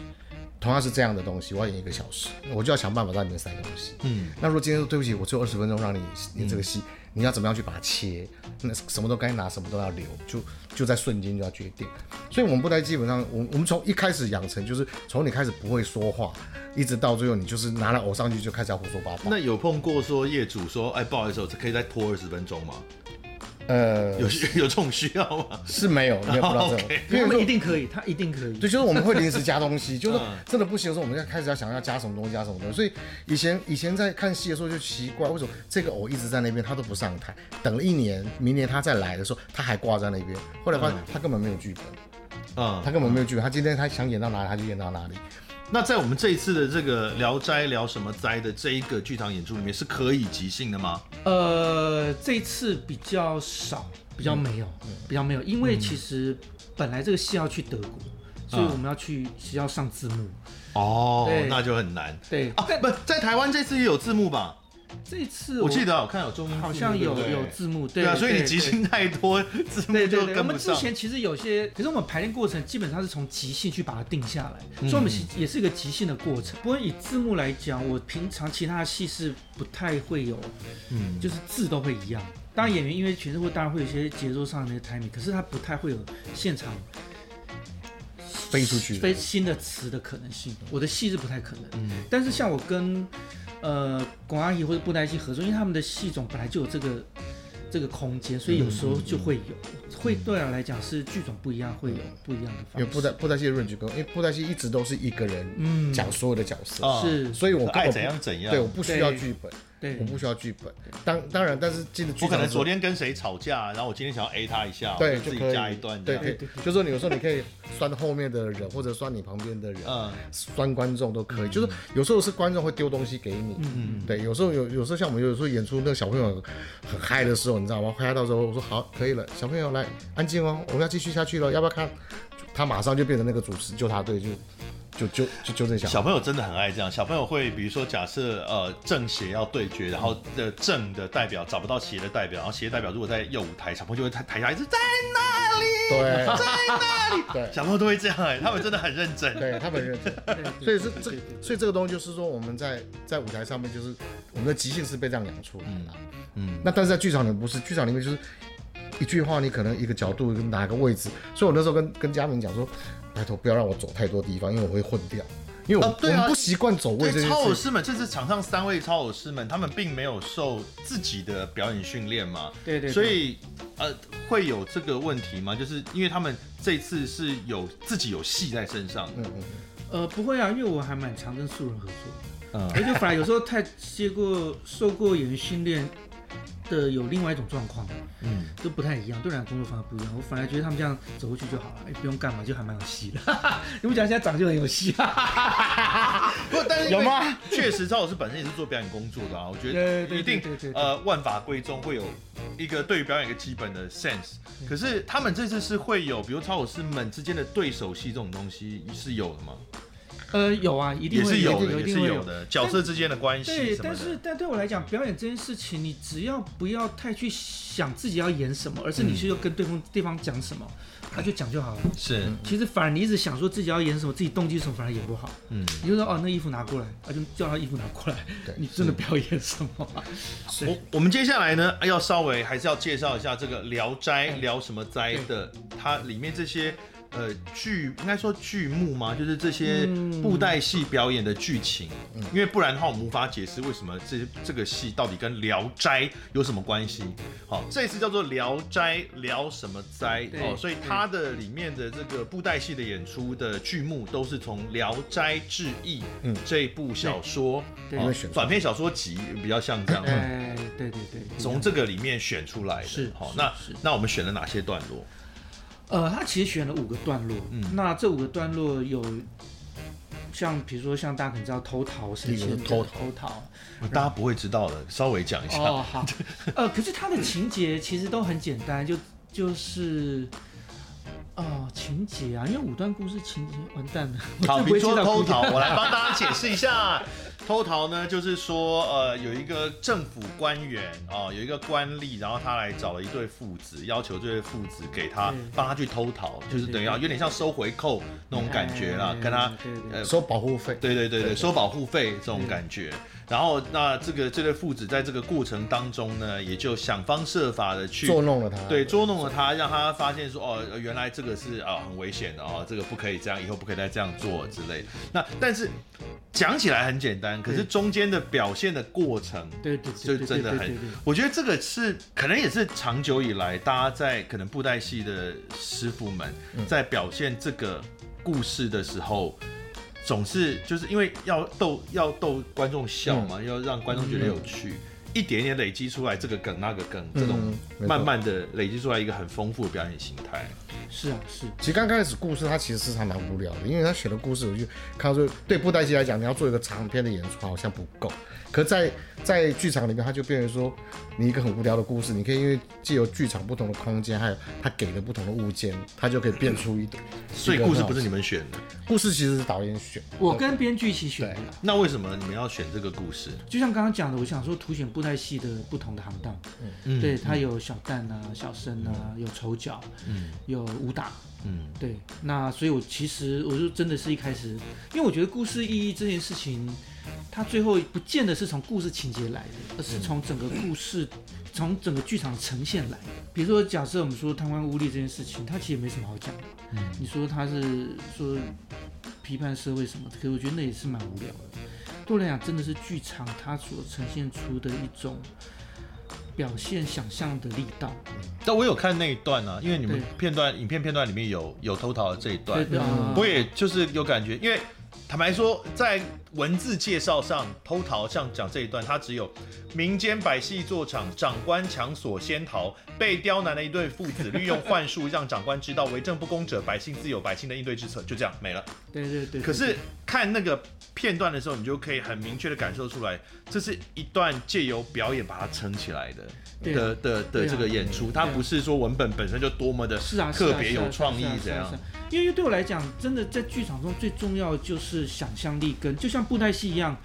[SPEAKER 4] 同样是这样的东西，我要演一个小时，我就要想办法在里面塞东西。
[SPEAKER 2] 嗯，
[SPEAKER 4] 那如果今天说对不起，我只有二十分钟让你演这个戏，你要怎么样去把它切？那什么都该拿，什么都要留，就就在瞬间就要决定。所以我们布袋基本上，我我们从一开始养成就是从你开始不会说话，一直到最后你就是拿了偶上去就开始要胡说八道。
[SPEAKER 2] 那有碰过说业主说，哎，不好意思，我可以再拖二十分钟吗？
[SPEAKER 4] 呃，
[SPEAKER 2] 有 有这种需要吗？
[SPEAKER 4] 是没有，没有碰到这种
[SPEAKER 2] OK，
[SPEAKER 4] 因为
[SPEAKER 3] 他
[SPEAKER 4] 如
[SPEAKER 3] 们
[SPEAKER 4] 果
[SPEAKER 3] 一定可以，他一定可以。
[SPEAKER 4] 对，就是我们会临时加东 西，就是说
[SPEAKER 2] 嗯
[SPEAKER 4] 真的不行的时候，我们要开始要想要加什么东西，加什么东西。所以以前以前在看戏的时候就奇怪，为什么这个偶一直在那边，他都不上台？等了一年，明年他再来的时候，他还挂在那边。后来发现他根本没有剧本，
[SPEAKER 2] 嗯，
[SPEAKER 4] 他根本没有剧本，他今天他想演到哪里他就演到哪里。
[SPEAKER 2] 那在我们这一次的这个《聊斋聊什么斋》的这一个剧场演出里面，是可以即兴的吗？
[SPEAKER 3] 呃，这次比较少，比较没有，
[SPEAKER 2] 嗯
[SPEAKER 3] 比较没有，因为其实本来这个戏要去德国，所以我们要去是要上字幕。
[SPEAKER 2] 哦
[SPEAKER 3] 对
[SPEAKER 2] 那就很难
[SPEAKER 3] 对，
[SPEAKER 2] 啊！不，在台湾这次也有字幕吧？
[SPEAKER 3] 这次
[SPEAKER 2] 我记得我看有中英字幕，
[SPEAKER 3] 好像有
[SPEAKER 2] 对不对
[SPEAKER 3] 有字幕，
[SPEAKER 2] 对啊，所以你
[SPEAKER 3] 对
[SPEAKER 2] 即
[SPEAKER 3] 对
[SPEAKER 2] 兴太多，字幕
[SPEAKER 3] 对对
[SPEAKER 2] 就
[SPEAKER 3] 对，我
[SPEAKER 2] 跟
[SPEAKER 3] 们
[SPEAKER 2] 不
[SPEAKER 3] 之
[SPEAKER 2] 上。
[SPEAKER 3] 前其实有些，可是我们排练过程基本上是从即兴去把它定下来，
[SPEAKER 2] 嗯
[SPEAKER 3] 所以我们其也是一个即兴的过程。不过以字幕来讲，我平常其他的戏是不太会有，
[SPEAKER 2] 嗯
[SPEAKER 3] 就是字都会一样。当然演员因为诠释或当然会有一些节奏上的那个 timing，可是他不太会有现场
[SPEAKER 4] 飞出去
[SPEAKER 3] 飞新的词的可能性。我的戏是不太可能，但是像我跟呃巩阿姨或者布袋戏合作，因为他们的戏种本来就有这个这个空间，所以有时候就会有，会对我来讲是剧种不一样，会有不一样的
[SPEAKER 4] 因为
[SPEAKER 3] 方
[SPEAKER 4] 布
[SPEAKER 3] 式。
[SPEAKER 4] 袋布袋戏的润局跟因为布袋戏一直都是一个人
[SPEAKER 3] 嗯
[SPEAKER 4] 讲所有的角色，
[SPEAKER 2] 啊
[SPEAKER 3] 是
[SPEAKER 4] 所以我根
[SPEAKER 2] 爱
[SPEAKER 4] 本
[SPEAKER 2] 怎
[SPEAKER 4] 不
[SPEAKER 2] 样怎样，
[SPEAKER 4] 对我不需要
[SPEAKER 3] 对
[SPEAKER 4] 剧本，
[SPEAKER 3] 对
[SPEAKER 4] 我不需要剧本。当当然，但是进了剧
[SPEAKER 2] 我可
[SPEAKER 4] 场
[SPEAKER 2] 能
[SPEAKER 4] 的时
[SPEAKER 2] 昨
[SPEAKER 4] 候，
[SPEAKER 2] 天跟谁吵架，然后我今天想要 A 他一下，
[SPEAKER 4] 对
[SPEAKER 2] 我
[SPEAKER 4] 就
[SPEAKER 2] 自己
[SPEAKER 4] 可以
[SPEAKER 2] 加一段这
[SPEAKER 4] 对
[SPEAKER 2] 样。
[SPEAKER 4] 对，
[SPEAKER 3] 对对
[SPEAKER 4] 就是说你有时候你可以酸后面的人，或者酸你旁边的人，
[SPEAKER 2] 嗯
[SPEAKER 4] 酸观众都可以。就是有时候是观众会丢东西给你，嗯对，有时候有有时候像我们有时候演出那个小朋友很嗨的时候，你知道吗？嗨到时候我说好可以了，小朋友来安静哦，我们要继续下去了，要不要看？就他马上就变成那个主持纠察队，就就就就纠正小
[SPEAKER 2] 小
[SPEAKER 4] 孩。
[SPEAKER 2] 朋友真的很爱这样，小朋友会比如说假设呃正邪要对决，然后的正的代表找不到邪的代表，然后邪的代表如果在右舞台，小朋友就会抬抬下一直在那里，
[SPEAKER 4] 对
[SPEAKER 2] 在那里，
[SPEAKER 4] 对
[SPEAKER 2] 小朋友都会这样哎、他们真的很认 真。
[SPEAKER 4] 对他们认真。所
[SPEAKER 3] 对
[SPEAKER 4] 以是这，所以这个东西就是说，我们在在舞台上面，就是我们的即兴是被这样养出来的。嗯，那但是在剧场里不是，剧场里面就是一句话，你可能一个角度跟哪个位置。所以我那时候跟跟嘉明讲说，拜托不要让我走太多地方，因为我会混掉，因为我、
[SPEAKER 2] 啊对啊
[SPEAKER 4] 我们不习惯走位这
[SPEAKER 2] 对，
[SPEAKER 4] 件
[SPEAKER 2] 超偶
[SPEAKER 4] 事。
[SPEAKER 2] 师们，这次场上三位超偶师们，他们并没有受自己的表演训练嘛，
[SPEAKER 3] 对对，
[SPEAKER 2] 所以呃会有这个问题吗？就是因为他们这次是有自己有戏在身上，
[SPEAKER 4] 嗯嗯，
[SPEAKER 3] 呃不会啊，因为我还蛮常跟素人合作，
[SPEAKER 2] 嗯
[SPEAKER 3] 而且反而有时候太接过受过演员训练的有另外一种状况，
[SPEAKER 2] 嗯，
[SPEAKER 3] 都不太一样，对两个工作方式不一样。我反而觉得他们这样走过去就好了，也哎不用干嘛，就还蛮有戏的。 你们讲现在长就很有戏啊，
[SPEAKER 2] 不，但是因为
[SPEAKER 3] 有吗？
[SPEAKER 2] 确实，赵老师本身也是做表演工作的啊，我觉
[SPEAKER 3] 对
[SPEAKER 2] 得
[SPEAKER 3] 对
[SPEAKER 2] 一定
[SPEAKER 3] 对对对对
[SPEAKER 2] 呃万法归宗，会有一个对于表演一个基本的 sense。可
[SPEAKER 3] 嗯
[SPEAKER 2] 是他们这次是会有，比如超老师们之间的对手戏这种东西是有的吗？
[SPEAKER 3] 呃，有啊，一定
[SPEAKER 2] 也
[SPEAKER 3] 会
[SPEAKER 2] 是有
[SPEAKER 3] 一定
[SPEAKER 2] 的，
[SPEAKER 3] 有，
[SPEAKER 2] 也
[SPEAKER 3] 一
[SPEAKER 2] 是
[SPEAKER 3] 定会
[SPEAKER 2] 有。的，角色之间的关系
[SPEAKER 3] 对，
[SPEAKER 2] 什么
[SPEAKER 3] 但是
[SPEAKER 2] 的。
[SPEAKER 3] 但对我来讲，表演这件事情，你只要不要太去想自己要演什么，而是
[SPEAKER 2] 嗯
[SPEAKER 3] 你是要跟对方对方讲什么，他就讲就好了。
[SPEAKER 2] 是，
[SPEAKER 3] 其实反而你一直想说自己要演什么，自己动机什么，反而演不好。
[SPEAKER 2] 嗯，
[SPEAKER 3] 你就说哦，那衣服拿过来，啊，就叫他衣服拿过来。
[SPEAKER 4] 对
[SPEAKER 3] 你真的不要演什么啊、是
[SPEAKER 2] 我我们接下来呢，要稍微还是要介绍一下这个《聊斋》
[SPEAKER 3] 哎
[SPEAKER 2] 聊什么斋的，它里面这些呃剧，应该说剧目吗？就是这些
[SPEAKER 3] 嗯
[SPEAKER 2] 布袋戏表演的剧情，因为不然的话，我们无法解释为什么这这个戏到底跟《聊斋》有什么关系。好，这一次叫做《聊斋》聊什么斋
[SPEAKER 3] 对
[SPEAKER 2] 哦，所以它的里面的这个布袋戏的演出的剧目都是从《聊斋志异》
[SPEAKER 4] 嗯
[SPEAKER 2] 这一部小说
[SPEAKER 3] 对
[SPEAKER 2] 哦
[SPEAKER 4] 对选出来
[SPEAKER 2] 短篇小说集比较像这样。
[SPEAKER 3] 哎，对对对，
[SPEAKER 2] 从这个里面选出来的。
[SPEAKER 3] 是
[SPEAKER 2] 好，
[SPEAKER 3] 是
[SPEAKER 2] 那
[SPEAKER 3] 是
[SPEAKER 2] 那我们选了哪些段落？
[SPEAKER 3] 呃，他其实选了五个段落，
[SPEAKER 2] 嗯
[SPEAKER 3] 那这五个段落有像比如说像大家可能知道偷桃是
[SPEAKER 4] 例如
[SPEAKER 3] 先
[SPEAKER 4] 偷桃
[SPEAKER 3] 偷桃
[SPEAKER 2] 大家不会知道的，稍微讲一下。
[SPEAKER 3] 哦 好，呃，可是他的情节其实都很简单，就就是。哦，情节啊，因为五段故事情节完蛋了，我
[SPEAKER 2] 好，
[SPEAKER 3] 真
[SPEAKER 2] 比
[SPEAKER 3] 不会
[SPEAKER 2] 如
[SPEAKER 3] 接
[SPEAKER 2] 说
[SPEAKER 3] 到
[SPEAKER 2] 偷
[SPEAKER 3] 古典
[SPEAKER 2] 桃，我来帮大家解释一下。 偷桃呢，就是说，呃，有一个政府官员啊、有一个官吏，然后他来找了一对父子，要求这对父子给他
[SPEAKER 3] 嗯
[SPEAKER 2] 帮他去偷桃，就是等于要有点像收回扣那种感觉啦
[SPEAKER 3] 哎，
[SPEAKER 2] 跟他
[SPEAKER 3] 对对
[SPEAKER 2] 呃
[SPEAKER 4] 收保护费。
[SPEAKER 2] 对对对对，收保护费这种感
[SPEAKER 3] 嗯
[SPEAKER 2] 觉。然后那这个这对父子在这个过程当中呢，也就想方设法的去
[SPEAKER 4] 捉弄了他，
[SPEAKER 2] 对，捉弄了他，让他发现说，哦，呃原来这个是啊、很危险的哦，这个不可以这样，以后不可以再这样做之类的。那但是讲起来很简单，可是中间的表现的过程，
[SPEAKER 3] 对对
[SPEAKER 2] 就
[SPEAKER 3] 对对对
[SPEAKER 2] 真的
[SPEAKER 3] 对对
[SPEAKER 2] 很
[SPEAKER 3] 对，
[SPEAKER 2] 我觉得这个是可能也是长久以来大家在可能布袋戏的师傅们
[SPEAKER 3] 嗯
[SPEAKER 2] 在表现这个故事的时候。总是就是因为要逗要逗观众笑嘛，
[SPEAKER 3] 嗯
[SPEAKER 2] 要让观众觉得有趣，一点一点累积出来这个梗那个梗，这种
[SPEAKER 4] 嗯没错
[SPEAKER 2] 慢慢的累积出来一个很丰富的表演形态。
[SPEAKER 3] 是啊是，
[SPEAKER 4] 其实刚开始故事它其实是还蛮无聊的，因为他选的故事，我就看到说，对布袋戏来讲，你要做一个长篇的演出好像不够。可在在剧场里面，它就变成说，你一个很无聊的故事，你可以因为借由剧场不同的空间，还有它给的不同的物件，它就可以变出一点。
[SPEAKER 2] 所以
[SPEAKER 4] 一个很
[SPEAKER 2] 故
[SPEAKER 4] 好
[SPEAKER 2] 事不是你们选的，
[SPEAKER 4] 故事，其实是导演选的。
[SPEAKER 3] 我跟编剧一起选的啦，
[SPEAKER 2] 那为什么你们要选这个故事？
[SPEAKER 3] 就像刚刚讲的，我想说凸显布袋戏的不同的行当，
[SPEAKER 2] 嗯
[SPEAKER 3] 对，它有小旦啊、小生啊，有丑角，嗯，有武打，
[SPEAKER 2] 嗯，
[SPEAKER 3] 对。那所以，我其实我就真的是一开始，因为我觉得故事意义这件事情，它最后不见得是从故事情节来的，而是从整个故事，从整个剧场呈现来的。比如说，假设我们说贪官污吏这件事情，它其实也没什么好讲的。嗯，你说他是说批判社会什么的，可是我觉得那也是蛮无聊的。对我来讲，真的是剧场它所呈现出的一种表现想象的力道。
[SPEAKER 2] 但我有看那一段啊，因为你们
[SPEAKER 3] 对
[SPEAKER 2] 片段影片片段里面有有偷桃的这一段
[SPEAKER 3] 对，的，
[SPEAKER 4] 嗯
[SPEAKER 3] 啊
[SPEAKER 2] 我也就是有感觉，因为坦白说，在文字介绍上，偷桃像讲这一段，他只有民间百戏做场，长官强索仙桃，被刁难的一对父子利用幻术让长官知道为政不公者，百姓自有百姓的应对之策，就这样没了。
[SPEAKER 3] 对对对对。
[SPEAKER 2] 可是看那个片段的时候，你就可以很明确的感受出来，这是一段借由表演把它撑起来的
[SPEAKER 3] 对啊
[SPEAKER 2] 的的
[SPEAKER 3] 对
[SPEAKER 2] 的
[SPEAKER 3] 啊
[SPEAKER 2] 这个演出，它
[SPEAKER 3] 对啊
[SPEAKER 2] 不是说文本本身就多么的
[SPEAKER 3] 是啊，是啊
[SPEAKER 2] 特别有创意怎
[SPEAKER 3] 是啊是啊
[SPEAKER 2] 样
[SPEAKER 3] 是啊。是啊因为对我来讲，真的在剧场中最重要的就是想象力跟，就像布袋戏一样，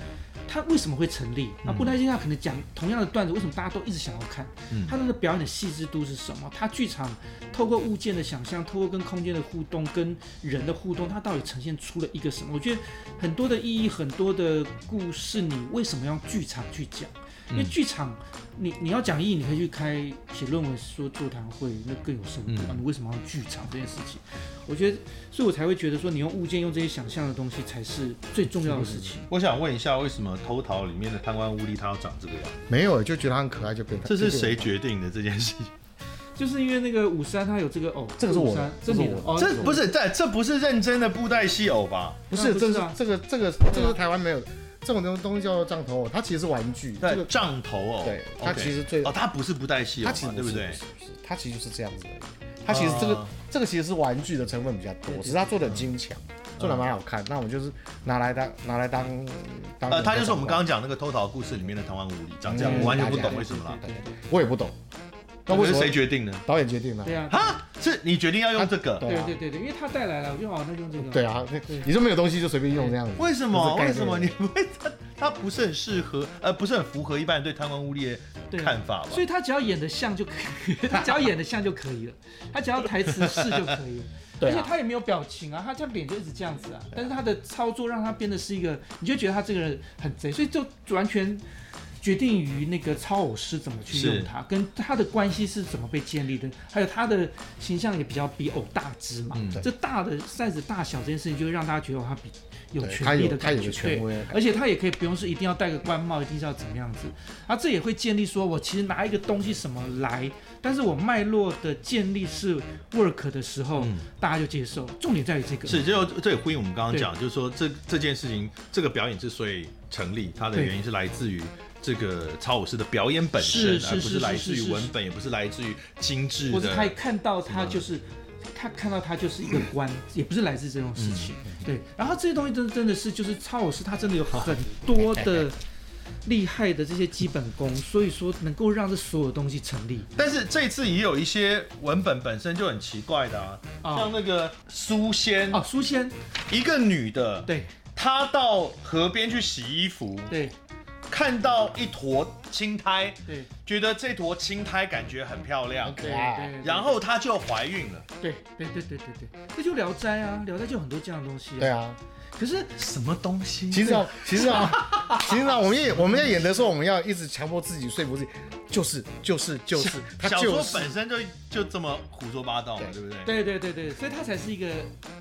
[SPEAKER 3] 它为什么会成立？啊，布袋戏它可能讲同样的段子，为什么大家都一直想要看？
[SPEAKER 2] 嗯
[SPEAKER 3] 它那个表演的细致度是什么？它剧场透过物件的想象，透过跟空间的互动，跟人的互动，它到底呈现出了一个什么？我觉得很多的意义，很多的故事，你为什么要剧场去讲？因
[SPEAKER 2] 嗯
[SPEAKER 3] 为剧场，你你要讲义，你可以去开写论文、说座谈会，那更有深度啊。你为什么要剧场这件事情？我觉得，所以我才会觉得说，你用物件、用这些想象的东西，才是最重要的事情。
[SPEAKER 2] 我想问一下，为什么《偷桃》里面的贪官污吏他要长这个样？
[SPEAKER 4] 没有，就觉得他很可爱，就变。
[SPEAKER 2] 这是谁？决定的这件事情？
[SPEAKER 3] 就是因为那个五三他有这个哦，
[SPEAKER 4] 这个是我的
[SPEAKER 3] 五三
[SPEAKER 4] 这
[SPEAKER 3] 这是
[SPEAKER 4] 是我
[SPEAKER 3] 你
[SPEAKER 4] 的
[SPEAKER 3] 的哦，
[SPEAKER 2] 这不
[SPEAKER 3] 是
[SPEAKER 2] 是这这不是认真的布袋戏偶吧？
[SPEAKER 4] 不是，
[SPEAKER 3] 那
[SPEAKER 4] 这
[SPEAKER 3] 不
[SPEAKER 4] 是
[SPEAKER 3] 是啊
[SPEAKER 4] 这个这个这个是台湾没有这种东东西叫做杖头偶，它其实是玩具。这
[SPEAKER 2] 对，
[SPEAKER 4] 个
[SPEAKER 2] 杖头偶。
[SPEAKER 4] 对
[SPEAKER 2] OK
[SPEAKER 4] 它其实最
[SPEAKER 2] 哦，它不是布袋戏偶
[SPEAKER 4] 它
[SPEAKER 2] 嘛
[SPEAKER 4] 其实，
[SPEAKER 2] 对不
[SPEAKER 4] 是
[SPEAKER 2] 对
[SPEAKER 4] 不？是不是它其实就是这样子而已。它其实这个
[SPEAKER 2] 啊
[SPEAKER 4] 这个其实是玩具的成分比较多，只是它做的很精巧，
[SPEAKER 2] 嗯
[SPEAKER 4] 做的蛮好看。那我们就是拿来当拿来当当。
[SPEAKER 2] 呃，他就是我们刚刚讲那个偷桃故事里面的贪官污吏，长这样，
[SPEAKER 4] 嗯
[SPEAKER 2] 我完全不
[SPEAKER 4] 大家
[SPEAKER 2] 懂为什么啦。
[SPEAKER 4] 对，我也不懂。那为
[SPEAKER 2] 可
[SPEAKER 4] 什
[SPEAKER 2] 是
[SPEAKER 4] 么
[SPEAKER 2] 谁决定的？
[SPEAKER 4] 导演决定了？
[SPEAKER 3] 对啊，
[SPEAKER 2] 啊，是你决定要用这个？
[SPEAKER 4] 对
[SPEAKER 3] 对
[SPEAKER 4] 啊
[SPEAKER 3] 对对对，因为他带来了，我就好那用这个。
[SPEAKER 4] 对啊，那
[SPEAKER 3] 对
[SPEAKER 4] 你就没有东西就随便用这样子。
[SPEAKER 2] 为什么？
[SPEAKER 4] 这
[SPEAKER 2] 为
[SPEAKER 4] 是概
[SPEAKER 2] 什
[SPEAKER 4] 念
[SPEAKER 2] 么你不会？ 他他不是很适合，呃，不是很符合一般人对贪官污吏的
[SPEAKER 3] 对啊
[SPEAKER 2] 看法吧？
[SPEAKER 3] 所以他只要演的像就可以，他只要演的像就可以了， 他只要台词是就可以了。
[SPEAKER 4] 对
[SPEAKER 3] 而且
[SPEAKER 4] 啊，
[SPEAKER 3] 他也没有表情啊，他这样脸就一直这样子啊。但是他的操作让他变得是一个，你就觉得他这个人很贼，所以就完全决定于那个操偶师怎么去
[SPEAKER 2] 是
[SPEAKER 3] 用他，跟他的关系是怎么被建立的，还有他的形象也比较比偶大只嘛。
[SPEAKER 2] 嗯
[SPEAKER 4] 对
[SPEAKER 3] 这大的 size 大小这件事情，就会让大家觉得他比有
[SPEAKER 4] 对他
[SPEAKER 3] 权力
[SPEAKER 4] 有
[SPEAKER 3] 的
[SPEAKER 4] 他
[SPEAKER 3] 感
[SPEAKER 4] 有
[SPEAKER 3] 觉，
[SPEAKER 4] 个权威的感觉，
[SPEAKER 3] 而且他也可以不用是一定要戴个官帽，一定是要怎么样子，啊，这也会建立说我其实拿一个东西什么来，但是我脉络的建立是 work 的时候，
[SPEAKER 2] 嗯
[SPEAKER 3] 大家就接受。重点在于这个，
[SPEAKER 2] 是，就这也呼应我们刚刚讲，就是说这这件事情，这个表演之所以成立，它的
[SPEAKER 3] 对
[SPEAKER 2] 原因是来自于这个超偶师的表演本身，
[SPEAKER 3] 是是
[SPEAKER 2] 而不
[SPEAKER 3] 是
[SPEAKER 2] 是来
[SPEAKER 3] 是
[SPEAKER 2] 自于
[SPEAKER 3] 是
[SPEAKER 2] 文本，也不是来自于精致
[SPEAKER 3] 或者他一
[SPEAKER 2] 的。
[SPEAKER 3] 看到他就是。他看到他就是一个官，也不是来自这种事情，
[SPEAKER 2] 嗯
[SPEAKER 3] 对。然后这些东西真真的是，就是超老师他真的 有很多的厉害的这些基本功，所以说能够让这所有东西成立
[SPEAKER 2] 但是这次也有一些文本本身就很奇怪的啊，像
[SPEAKER 3] 啊。
[SPEAKER 2] 那个苏仙，
[SPEAKER 3] 哦，书仙，
[SPEAKER 2] 一个女的，
[SPEAKER 3] 对
[SPEAKER 2] 她到河边去洗衣服，
[SPEAKER 3] 对
[SPEAKER 2] 看到一坨青苔，
[SPEAKER 3] 对
[SPEAKER 2] 觉得这坨青苔感觉很漂亮
[SPEAKER 4] 很，
[SPEAKER 3] 对
[SPEAKER 4] 可爱。
[SPEAKER 3] 对。
[SPEAKER 2] 然后她就怀孕了，
[SPEAKER 3] 对对对对对对，这就《聊斋》啊，《聊斋》就有很多这样的东西、啊。
[SPEAKER 4] 对，啊，
[SPEAKER 3] 可是
[SPEAKER 2] 什么东西？
[SPEAKER 4] 其实啊，其实啊，其实啊，我们也我们在演的时候，我们要一直强迫自己说服自己，就是就是就是，他
[SPEAKER 2] 小
[SPEAKER 4] 就
[SPEAKER 2] 说
[SPEAKER 4] 是
[SPEAKER 2] 本身就就这么胡说八道嘛，
[SPEAKER 4] 对
[SPEAKER 2] 对不对？。
[SPEAKER 3] 对对对对，所以它才是一个，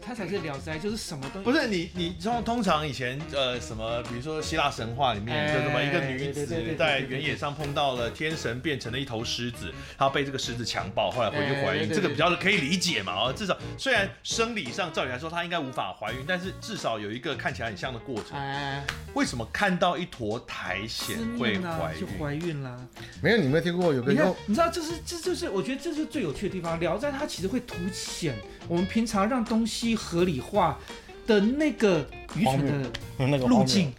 [SPEAKER 3] 它才是《聊斋》，就是什么东西
[SPEAKER 2] 不是你，你通通常以前呃什么，比如说希腊神话里面
[SPEAKER 3] 哎
[SPEAKER 2] 就什么一个女
[SPEAKER 3] 对对对对
[SPEAKER 2] 子
[SPEAKER 3] 对
[SPEAKER 2] 在原野上碰到了天神，变成了一头狮子，她被这个狮子强暴，后来回去怀
[SPEAKER 3] 哎对
[SPEAKER 2] 孕，
[SPEAKER 3] 对
[SPEAKER 2] 这个
[SPEAKER 3] 对
[SPEAKER 2] 比较可以理解嘛哦，至少虽然生理上照理来说她应该无法怀孕，但是至少有一个看起来很像的过程。
[SPEAKER 3] 哎，
[SPEAKER 2] 为什么看到一坨苔
[SPEAKER 3] 思
[SPEAKER 2] 藓会
[SPEAKER 3] 念啦
[SPEAKER 2] 怀，
[SPEAKER 3] 就
[SPEAKER 2] 孕？
[SPEAKER 3] 怀孕啦。
[SPEAKER 4] 没有，你没有听过有个
[SPEAKER 3] 你看
[SPEAKER 4] 用，
[SPEAKER 3] 你知道，这是这就是我觉得这就是最有趣的地方，《聊斋》它其实会凸显我们平常让东西合理化的那个愚蠢的
[SPEAKER 4] 那个
[SPEAKER 3] 路 径，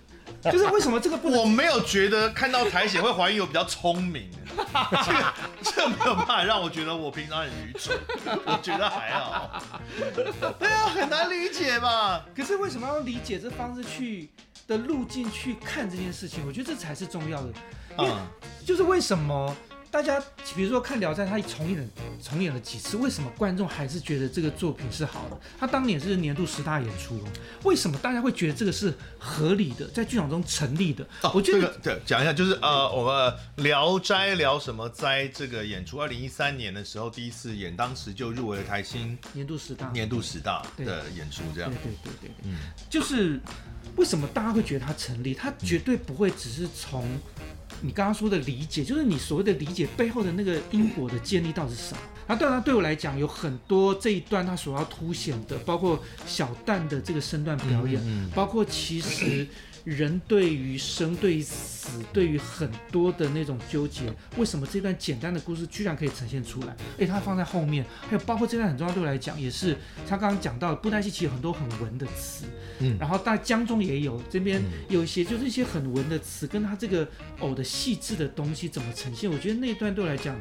[SPEAKER 3] 就是为什么这个不能
[SPEAKER 2] 我没有觉得看到苔藓会怀孕有比较聪明，这个这没有办法让我觉得我平常很愚蠢， 我觉得还好。对啊，很难理解吧？
[SPEAKER 3] 可是为什么要用理解这方式去的路径去看这件事情？我觉得这才是重要的，因为
[SPEAKER 2] 嗯，
[SPEAKER 3] 就是为什么大家比如说看《聊斋》，他重演了重演了几次，为什么观众还是觉得这个作品是好的？他当年是年度十大演出哦，为什么大家会觉得这个是合理的，在剧场中成立的？我觉
[SPEAKER 2] 哦这
[SPEAKER 3] 得、
[SPEAKER 2] 个对讲一下，就是呃，我们呃《聊斋》聊什么斋这个演出，二零一三年的时候第一次演，当时就入围了台新
[SPEAKER 3] 年度十大，
[SPEAKER 2] 年度十大
[SPEAKER 3] 对
[SPEAKER 2] 的演出，这
[SPEAKER 3] 对
[SPEAKER 2] 样嗯
[SPEAKER 3] 对。对对对，就是为什么大家会觉得它成立？它绝对不会只是从你刚刚说的理解，就是你所谓的理解背后的那个因果的建立到底是什么？那当然，对我来讲，有很多这一段它
[SPEAKER 2] 嗯
[SPEAKER 3] 所要凸显的，包括小旦的这个身段表演，包括其实人对于生、对于死、对于很多的那种纠结，为什么这段简单的故事居然可以呈现出来？哎，它放在后面，还有包括这段很重要，对我来讲也是他刚刚讲到的布袋戏，其实有很多很文的词，
[SPEAKER 2] 嗯
[SPEAKER 3] 然后但江中也有，这边有一些就是一些很文的词，跟他这个偶的细致的东西怎么呈现，我觉得那一段对我来讲。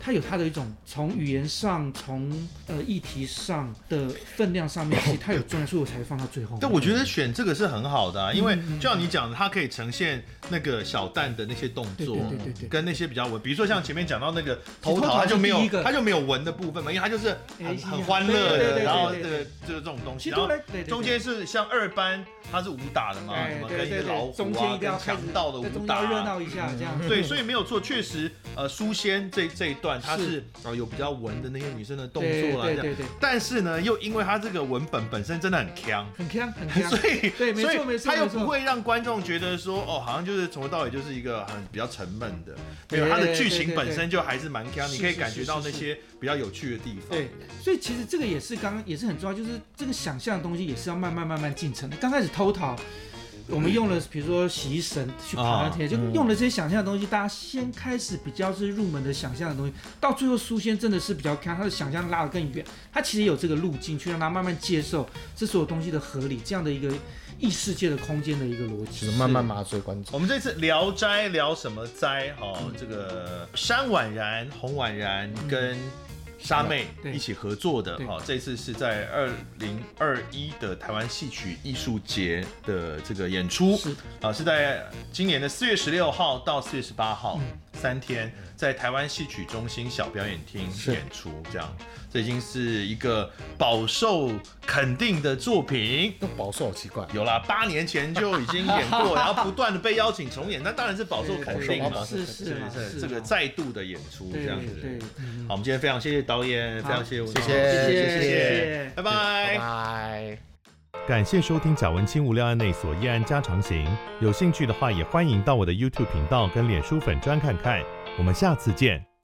[SPEAKER 3] 它有它的一种从语言上、从呃议题上的分量上面，其实它有重要，所以我才放到最后面。
[SPEAKER 2] 但我觉得选这个是很好的啊，
[SPEAKER 3] 嗯
[SPEAKER 2] 因为就像你讲的，它可以呈现那个小蛋的那些动作，
[SPEAKER 3] 对对对对对
[SPEAKER 2] 跟那些比较文，比如说像前面讲到那个头
[SPEAKER 3] 头
[SPEAKER 2] 套，
[SPEAKER 3] 套
[SPEAKER 2] 它就没
[SPEAKER 3] 是第
[SPEAKER 2] 有
[SPEAKER 3] 一个
[SPEAKER 2] 它就没有文的部分嘛，因为它就是很
[SPEAKER 3] 哎
[SPEAKER 2] 很欢乐
[SPEAKER 3] 对对
[SPEAKER 2] 的，
[SPEAKER 3] 对
[SPEAKER 2] 然后
[SPEAKER 3] 对
[SPEAKER 2] 这
[SPEAKER 3] 对
[SPEAKER 2] 个
[SPEAKER 3] 对
[SPEAKER 2] 就是这种东西，
[SPEAKER 3] 其实
[SPEAKER 2] 然后
[SPEAKER 3] 都来对对对
[SPEAKER 2] 中间是像二班它是武打的嘛，
[SPEAKER 3] 哎
[SPEAKER 2] 什么
[SPEAKER 3] 对
[SPEAKER 2] 跟一
[SPEAKER 3] 对
[SPEAKER 2] 个
[SPEAKER 3] 对
[SPEAKER 2] 老
[SPEAKER 3] 中
[SPEAKER 2] 虎
[SPEAKER 3] 间
[SPEAKER 2] 啊
[SPEAKER 3] 一，定要
[SPEAKER 2] 跟
[SPEAKER 3] 开
[SPEAKER 2] 强
[SPEAKER 3] 始
[SPEAKER 2] 盗的
[SPEAKER 3] 在中
[SPEAKER 2] 武
[SPEAKER 3] 间
[SPEAKER 2] 打
[SPEAKER 3] 要热
[SPEAKER 2] 啊。
[SPEAKER 3] 闹一下这样。
[SPEAKER 2] 对，所以没有错，确实，呃，书仙这这一段它
[SPEAKER 3] 是
[SPEAKER 2] 是呃有比较文的那些女生的动
[SPEAKER 3] 对
[SPEAKER 2] 作啦，啊
[SPEAKER 3] 对
[SPEAKER 2] 这样
[SPEAKER 3] 对对，
[SPEAKER 2] 但是呢，又因为它这个文本本身真的很强，
[SPEAKER 3] 很强很强
[SPEAKER 2] 所。以
[SPEAKER 3] 对没错
[SPEAKER 2] 所以
[SPEAKER 3] 没错
[SPEAKER 2] 他又
[SPEAKER 3] 没错
[SPEAKER 2] 不会让观众觉得说哦，好像就是从头到尾就是一个很比较沉闷的，没
[SPEAKER 3] 对
[SPEAKER 2] 有，它的
[SPEAKER 3] 对
[SPEAKER 2] 剧
[SPEAKER 3] 对
[SPEAKER 2] 情
[SPEAKER 3] 对
[SPEAKER 2] 本
[SPEAKER 3] 对
[SPEAKER 2] 身就还是蛮强，
[SPEAKER 3] 是
[SPEAKER 2] 你可以
[SPEAKER 3] 是
[SPEAKER 2] 感
[SPEAKER 3] 是
[SPEAKER 2] 觉到
[SPEAKER 3] 是
[SPEAKER 2] 那
[SPEAKER 3] 是
[SPEAKER 2] 些比较有趣的地方。
[SPEAKER 3] 对，所以其实这个也是刚刚也是很重要，就是这个想象的东西也是要慢慢慢慢进程的。刚开始偷逃，我们用了比如说洗衣绳去爬那些，就用了这些想象的东西，大家先开始比较是入门的想象的东西，到最后苏仙真的是比较看他的想象拉得更远，他其实有这个路径去让他慢慢接受这所有东西的合理，这样的一个异世界的空间的一个逻
[SPEAKER 4] 其
[SPEAKER 3] 辑
[SPEAKER 4] 实。慢慢麻醉观众。
[SPEAKER 2] 我们这次聊斋聊什么斋？哦，这个山婉然、洪婉然跟沙妹
[SPEAKER 3] 嗯对
[SPEAKER 2] 一起合作的。
[SPEAKER 3] 对
[SPEAKER 2] 哦，这次是在二零二一的台湾戏曲艺术节的这个演出。
[SPEAKER 3] 是
[SPEAKER 2] 啊，是在今年的四月十六号到四月十八号、三天，在台湾戏曲中心小表演厅
[SPEAKER 4] 是
[SPEAKER 2] 演出，这样，这已经是一个饱受肯定的作品。
[SPEAKER 4] 那饱受好奇怪，
[SPEAKER 2] 有啦，八年前就已经演过，然后不断的被邀请重演，那当然是饱受肯定嘛，
[SPEAKER 3] 是
[SPEAKER 2] 是
[SPEAKER 3] 是啦
[SPEAKER 2] 是
[SPEAKER 3] 是
[SPEAKER 2] 这个
[SPEAKER 3] 啦
[SPEAKER 2] 再度的演出
[SPEAKER 3] 对
[SPEAKER 2] 这样子。
[SPEAKER 3] 对，嗯
[SPEAKER 2] 好，我们今天非常谢谢导演，非
[SPEAKER 3] 好
[SPEAKER 2] 常谢谢吴导，
[SPEAKER 4] 谢谢
[SPEAKER 2] 谢
[SPEAKER 4] 谢
[SPEAKER 2] 谢
[SPEAKER 3] 谢，
[SPEAKER 2] 拜
[SPEAKER 4] 拜
[SPEAKER 2] 拜。
[SPEAKER 4] 拜。
[SPEAKER 1] 感谢收听贾文清无料案内所夜案家常行。有兴趣的话，也欢迎到我的 YouTube 频道跟脸书粉专看看。我们下次见。